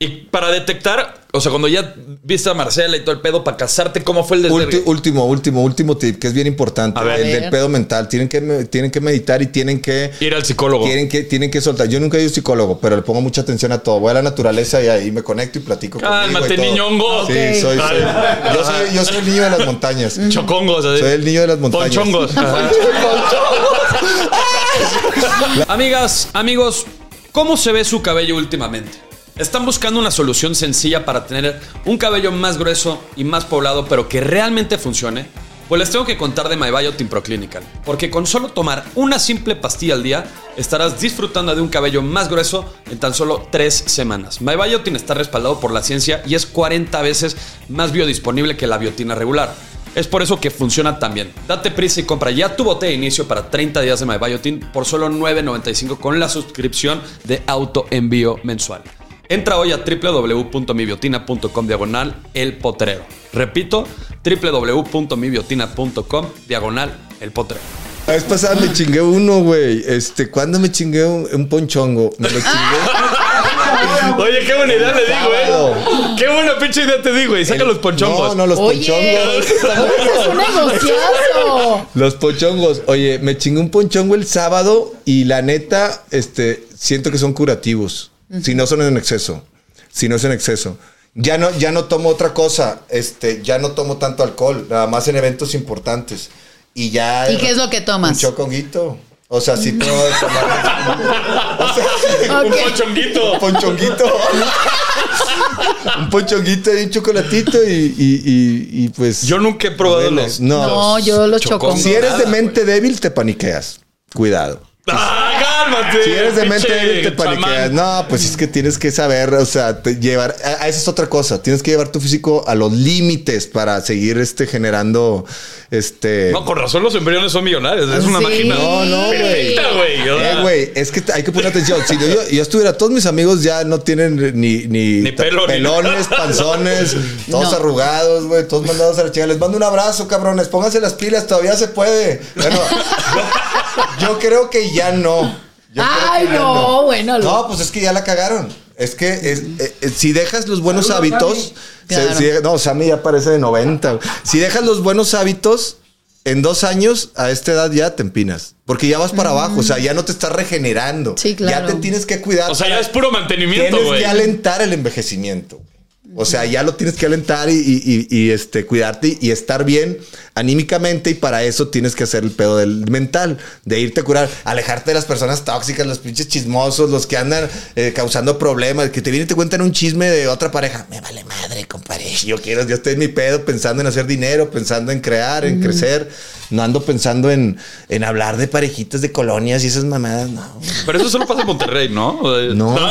S5: Y para detectar, o sea, cuando ya viste a Marcela y todo el pedo, para casarte, ¿cómo fue el
S1: Ulti-
S5: desvergue?
S1: último, último, último tip que es bien importante.
S5: A ver.
S1: El
S4: A
S1: del
S4: ver.
S1: pedo mental. Tienen que, me- tienen que meditar y tienen que.
S5: Ir al psicólogo.
S1: Tienen que, tienen que soltar. Yo nunca he ido psicólogo, pero le pongo mucha atención a todo. Voy a la naturaleza y ahí me conecto y platico con
S5: Cálmate, niño hongo.
S1: Sí,
S4: Ok.
S1: soy, soy-
S5: Ajá.
S1: yo soy. Yo soy el niño de las montañas.
S5: *laughs* Chocongos. así.
S1: Soy el niño de las montañas. *laughs*
S5: Ponchongos. Ajá. Amigas, amigos, ¿cómo se ve su cabello últimamente? ¿Están buscando una solución sencilla para tener un cabello más grueso y más poblado, pero que realmente funcione? Pues les tengo que contar de MyBiotin Pro Clinical, porque con solo tomar una simple pastilla al día estarás disfrutando de un cabello más grueso en tan solo tres semanas. MyBiotin está respaldado por la ciencia y es 40 veces más biodisponible que la biotina regular. Es por eso que funciona tan bien. Date prisa y compra ya tu bote de inicio para 30 días de MyBiotin por solo $9.95 con la suscripción de autoenvío mensual. Entra hoy a www.mibiotina.com diagonal el potrero. Repito, www.mibiotina.com diagonal el potrero.
S1: La vez pasada me chingué uno, güey. Este, ¿cuándo me chingué un, un ponchongo? Me lo chingué.
S5: Oye, qué buena idea le
S1: digo, eh. Sábado.
S5: Qué buena pinche idea te digo, y *laughs* saca los
S1: No, no, los
S4: Oye, *laughs*
S1: ponchongos.
S4: es
S5: *laughs*
S4: un negociazo.
S1: Los ponchongos. Oye, me chingué un ponchongo el sábado y la neta, este, siento que son curativos. Si no son en exceso. Si no es en exceso. Ya no, ya no tomo otra cosa. Este, ya no tomo tanto alcohol. Nada más en eventos importantes. Y ya.
S4: ¿Y qué es lo que tomas?
S1: Un choconguito. O sea, sí puedo
S4: *laughs*
S1: tomar. O sea,
S4: Ok.
S5: ponchonguito.
S1: un ponchonguito. *laughs* un ponchonguito y un chocolatito y, y- y- y, pues.
S5: Yo nunca he probado
S1: Bueno,
S5: los...
S1: no.
S4: No, yo los choco.
S5: Chocongos.
S1: Si eres de
S5: nada,
S1: mente débil, te paniqueas. Cuidado.
S5: ¡Ah, cálmate!
S1: Si eres de mente
S5: pinche
S1: débil, te
S5: chamán.
S1: paniqueas. No, pues es que tienes que saber, o sea, te llevar. a- a Eso es otra cosa. Tienes que llevar tu físico a los límites para seguir este, generando este.
S5: No, con razón los embriones son millonarios. Es una
S4: Sí.
S5: máquina.
S1: No, no, güey.
S5: Perfecta, güey. o sea,
S1: Eh, güey, es que hay que poner atención. Si yo, yo estuviera, todos mis amigos ya no tienen ni, ni,
S5: Ni pelo, ni-
S1: pelones,
S4: *laughs*
S1: panzones, todos
S4: No.
S1: arrugados, güey, todos mandados a la chingada. Les mando un abrazo, cabrones. Pónganse las pilas, todavía se puede.
S4: *laughs*
S1: Bueno, yo, yo creo que ya no. Yo creo que
S4: Ay,
S1: ya
S4: no, bueno, lo-
S1: No, pues es que ya la cagaron. Es que es- eh, eh, si dejas los buenos hábitos. se-
S4: Claro.
S1: si de- no, Sammy ya parece de 90. güey. Si dejas los buenos hábitos, en dos años, a esta edad ya te empinas. Porque ya vas para abajo, o sea, ya no te estás regenerando.
S4: Mm. Sí, claro.
S1: Ya te tienes que cuidar.
S5: o sea, ya es puro mantenimiento,
S1: Tienes
S5: güey.
S1: que alentar el envejecimiento. O sea, ya lo tienes que alentar y, y- y- y, este, cuidarte y estar bien anímicamente. Y para eso tienes que hacer el pedo del mental, de irte a curar, alejarte de las personas tóxicas, los pinches chismosos, los que andan eh, causando problemas, que te vienen y te cuentan un chisme de otra pareja. Me vale madre, compadre. *laughs* Yo quiero, yo estoy en mi pedo pensando en hacer dinero, pensando en crear, en crecer. No ando pensando en, en hablar de parejitas de colonias y esas mamadas. No.
S5: Pero eso solo pasa en Monterrey, *laughs* ¿no? O sea,
S1: No.
S5: *laughs*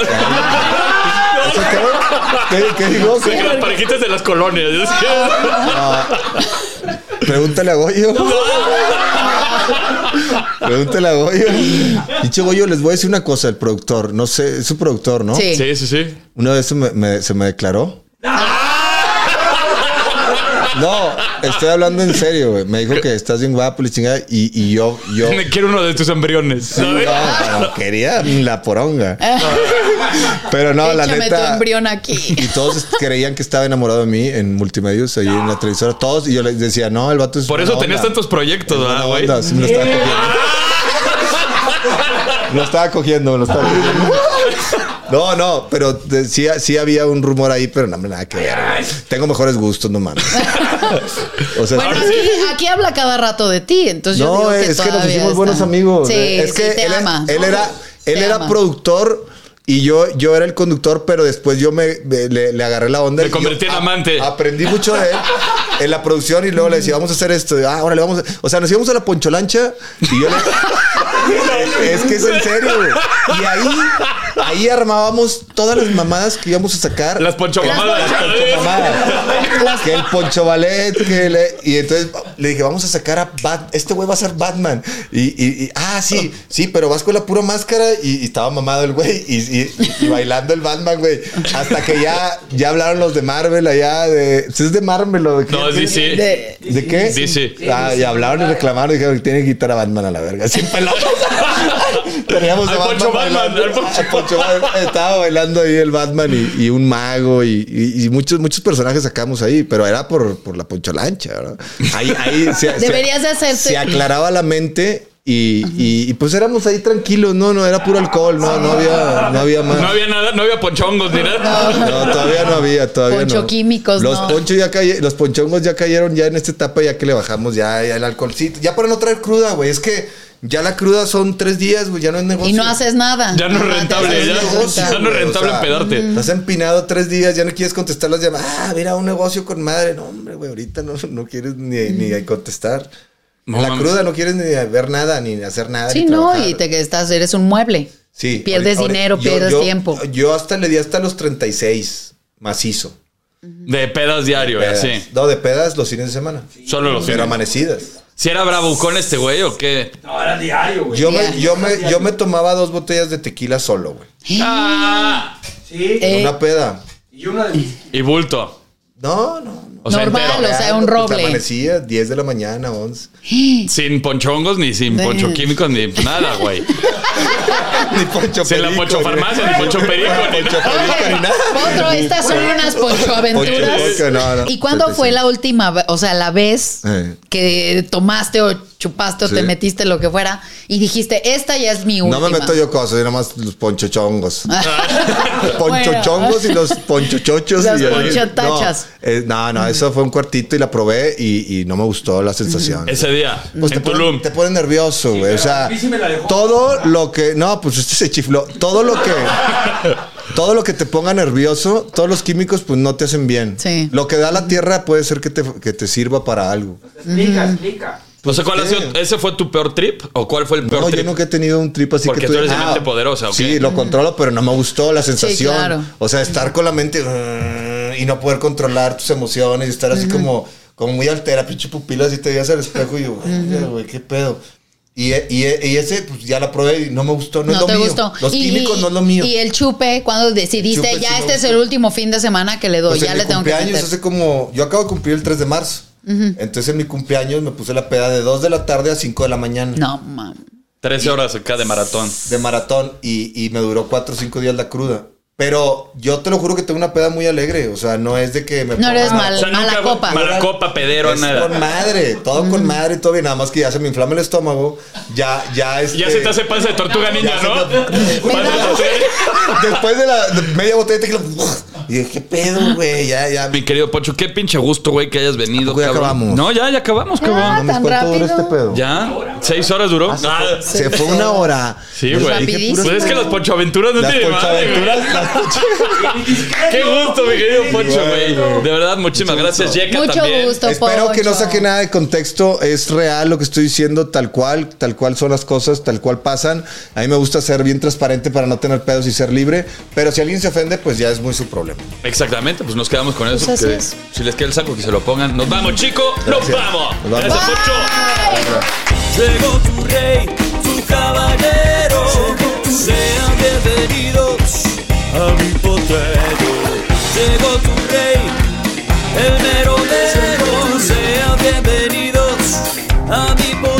S1: ¿Qué, qué digo?
S6: Sí, las parejitas de las colonias.
S1: Ah. Pregúntale a Goyo. Pregúntale a Goyo. Dicho Goyo, les voy a decir una cosa. El productor, no sé, es su productor, ¿no?
S4: Sí.
S6: Sí, sí, sí.
S1: Una vez se me, me- se me declaró. No, estoy hablando en serio, güey. Me dijo que estás bien guapo y chingada. Y, y yo, yo.
S6: Me quiero uno de tus embriones. ¿sabes?
S1: No, no, quería la poronga. Pero no, la
S4: Eh, *laughs* Échame tu
S1: neta.
S4: embrión aquí.
S1: Y todos creían que estaba enamorado de mí en multimedios, ahí en la televisora. Todos, y yo les decía, no, el vato es.
S6: Por eso tenías
S1: tantos
S6: tantos proyectos,
S5: ¿ah,
S6: ¿verdad, güey?
S1: No, sí me lo estaba cogiendo. Me lo estaba cogiendo, me lo estaba cogiendo. No, no, pero de- sí, sí había un rumor ahí, pero no, hombre, nada que ver. güey. Tengo mejores gustos, no mames. O sea,
S4: *laughs* Bueno, aquí, aquí habla cada rato de ti, entonces yo digo
S1: no,
S4: que
S1: es que nos
S4: todavía
S1: hicimos buenos
S4: está-
S1: amigos.
S4: Sí,
S1: es que
S4: sí, te
S1: él, es-
S4: ama.
S1: él era, él
S4: Te
S1: era
S4: ama.
S1: productor y yo, yo era el conductor, pero después yo me, me- le, le agarré la onda.
S6: Te
S1: y yo
S6: convertí en
S1: a-
S6: amante.
S1: Aprendí mucho de él en la producción y luego le decía, vamos a hacer esto. Y, Ah, ahora le vamos a... O sea, nos íbamos a la poncholancha y yo le... *laughs* es que es en serio. güey. Y ahí, ahí armábamos todas las mamadas que íbamos a sacar.
S6: Las ponchomamadas.
S1: Las ponchomamadas. que el poncho ballet, que le- Y entonces le dije, vamos a sacar a Batman. Este güey va a ser Batman. Y, y- y- ah, sí, sí, pero vas con la pura máscara y, y estaba mamado el güey y, y- y bailando el Batman, güey. Hasta que ya, ya hablaron los de Marvel allá de... ¿sí ¿Es de Marvel o de qué?
S6: No, sí, sí.
S4: De-
S1: ¿De qué?
S6: DC.
S1: Ah, y hablaron y reclamaron y dijeron que tiene que quitar a Batman a la verga. Sin
S6: *laughs*
S1: pelotas. Teníamos
S6: Al
S1: a Batman.
S6: Poncho Batman,
S1: bailando.
S6: al Poncho
S1: Al Poncho Batman. Estaba bailando ahí el Batman y, y un mago y, y- y muchos, muchos personajes sacamos ahí, pero era por, por la poncholancha. ¿verdad? Ahí, ahí se, se-
S4: Deberías de hacerte-
S1: se aclaraba la mente. Y, y- y, pues éramos ahí tranquilos, no, no, era puro alcohol, no, no había, no había más.
S6: No había nada, no había ponchongos ni nada.
S1: No, todavía no había, todavía no.
S4: Ponchoquímicos,
S1: los
S4: no.
S1: ponchos ya caye- los ponchongos ya cayeron ya en esta etapa ya que le bajamos ya, ya el alcoholcito, ya para no traer cruda, güey, es que ya la cruda son tres días, güey, ya no es negocio.
S4: Y no haces nada.
S6: Ya no es
S4: Ajá, te
S6: rentable,
S4: haces
S6: ya,
S4: negocio.
S6: ya no es rentable empedarte.
S1: Estás empinado tres días, ya no quieres contestar las llamadas. Ah, mira, un negocio con madre. No, hombre, güey, ahorita no, no quieres ni, ni contestar.
S5: No
S1: la
S5: mames.
S1: cruda no quieres ni ver nada, ni hacer nada. ni
S4: Sí, no,
S1: trabajar.
S4: y te que estás, eres un mueble.
S1: Sí.
S4: Pierdes
S1: ahorita- ahorita-
S4: dinero,
S1: yo-
S4: pierdes
S1: yo-
S4: tiempo.
S1: Yo hasta le di hasta los 36, macizo.
S5: De pedas diario,
S1: Pedas.
S5: así.
S1: No, de pedas los fines de semana.
S5: Solo los
S1: Pero
S5: fines.
S1: amanecidas.
S5: ¿Si era bravucón este güey o qué?
S2: No, era diario, güey.
S1: Yo
S4: Ya.
S1: me, yo, me, yo me tomaba dos botellas de tequila solo, güey.
S5: ¡Ah!
S2: Sí.
S4: Eh,
S1: Una peda.
S2: Y una de mis.
S5: Y bulto.
S1: No, no, no.
S5: O sea,
S4: Normal,
S5: entero.
S4: o sea,
S1: Real,
S4: un
S1: pues,
S4: roble.
S1: Amanecía 10 de la mañana,
S4: *laughs*
S1: 11.
S5: Sin ponchongos ni sin
S4: Eh.
S5: ponchoquímicos ni nada, güey.
S1: ni Poncho
S5: Sin la
S1: Perico,
S5: ponchofarmacia, ni poncho perico, ni
S1: Poncho
S5: nada.
S1: Perico, ni nada.
S4: Otro, estas son unas ponchoaventuras.
S1: Poncho Perico, no, no.
S4: ¿Y cuándo
S1: Sí,
S4: fue
S1: sí.
S4: la última, ve- o sea, la vez
S1: Eh.
S4: que tomaste o chupaste o
S1: Sí.
S4: te metiste lo que fuera y dijiste, esta ya es mi última?
S1: No me meto yo cosas, yo nomás los
S4: *laughs*
S1: ponchochongos. ponchochongos y los ponchochochos.
S4: Las
S1: y-
S4: ponchotachas.
S1: No, eh, no, no, eso fue un cuartito y la probé y, y no me gustó la sensación.
S5: Ese día.
S1: Pues te
S5: en
S1: ponen,
S5: Tulum.
S1: te ponen nervioso, güey. o
S2: pero
S1: sea,
S2: a mí sí me la dejó.
S1: todo lo que. No, pues este se chifló. Todo lo
S5: *laughs*
S1: que. Todo lo que te ponga nervioso, todos los químicos, pues no te hacen bien.
S4: Sí.
S1: Lo que da la tierra puede ser que te, que te sirva para algo.
S2: Explica, explica.
S5: No sé Pues, cuál ha sido. ¿Ese fue tu peor trip? ¿O cuál fue el peor
S1: No,
S5: trip?
S1: yo nunca he tenido un trip así
S5: Porque
S1: que
S5: tú eres
S1: digas, "Ah,
S5: de mente poderosa, Mm. ¿ok?
S1: Sí, lo controlo, pero no me gustó la sensación.
S4: claro.
S1: O sea, estar con la mente mm, y no poder controlar tus emociones y estar así como, como muy altera, pinche pupila, así te veías al espejo y yo, "Ay, güey, qué pedo. Y, e- y e- y ese, pues ya la probé y no me gustó, no,
S4: no
S1: es lo
S4: te
S1: mío.
S4: gustó.
S1: Los químicos no es lo mío.
S4: Y el chupe, cuando decidiste,
S1: Chupe sí
S4: ya
S1: me
S4: este es
S1: gustó.
S4: el último fin de semana que le doy,
S1: Pues en
S4: ya
S1: mi
S4: le tengo que
S1: cumpleaños
S4: meter.
S1: hace como. Yo acabo de cumplir el 3 de marzo. Entonces en mi cumpleaños me puse la peda de 2 de la tarde a 5 de la mañana.
S4: No, mam.
S5: 13 horas acá de maratón.
S1: de maratón y, y me duró cuatro o cinco días la cruda. Pero yo te lo juro que tengo una peda muy alegre. O sea, no es de que me
S4: No eres
S1: ponga-
S4: mal-
S5: O sea,
S4: mala
S5: nunca-
S4: copa.
S5: Mala copa, pedero,
S1: es con
S5: nada.
S1: madre, todo con madre, todo bien. Nada más que ya se me inflama el estómago. Ya, ya es.
S6: Ya se te hace panza de tortuga
S1: Ya
S6: ninja,
S1: se
S6: ¿no?
S1: te-
S6: Panza de tortuga.
S1: *laughs* Después de la de media botella de tequila, Y dije, ¿qué pedo, güey? Ya, ya.
S5: Mi querido Pocho, qué pinche gusto, güey, que hayas venido.
S1: poco ya
S5: cabrón.
S1: acabamos?
S5: No, ya, ya acabamos,
S4: Ah,
S5: cabrón.
S1: Mames,
S4: tan
S1: ¿Cuánto dura
S4: rápido.
S1: este pedo?
S5: Ya, seis horas duró. Ah,
S1: Se fue una hora.
S6: Sí,
S1: Yo
S6: güey.
S1: dije,
S4: Rapidísimo.
S1: puras-
S6: Pues es que las ponchoaventuras no
S1: Las
S6: tienen madre, güey.
S1: ponchaventuras, las
S6: Qué gusto, mi querido Poncho, güey.
S5: De verdad, muchísimas gracias, Yeka
S4: Mucho
S5: también.
S4: gusto,
S1: Espero que no
S4: Poncho.
S1: saque nada de contexto. Es real lo que estoy diciendo, tal cual, tal cual son las cosas, tal cual pasan. A mí me gusta ser bien transparente para no tener pedos y ser libre. Pero si alguien se ofende, pues ya es muy su problema.
S5: Exactamente, pues nos quedamos con eso.
S4: Pues así
S5: que
S4: es.
S5: Si les queda el saco, que se lo pongan. Nos vamos, chicos. Nos
S1: Gracias.
S5: vamos.
S1: Nos vamos.
S5: Gracias, Poncho.
S3: Llegó tu rey, tu caballero. Sean bienvenidos a mi potrero. Llegó tu rey, el mero mero. Sean bienvenidos a mi potrero.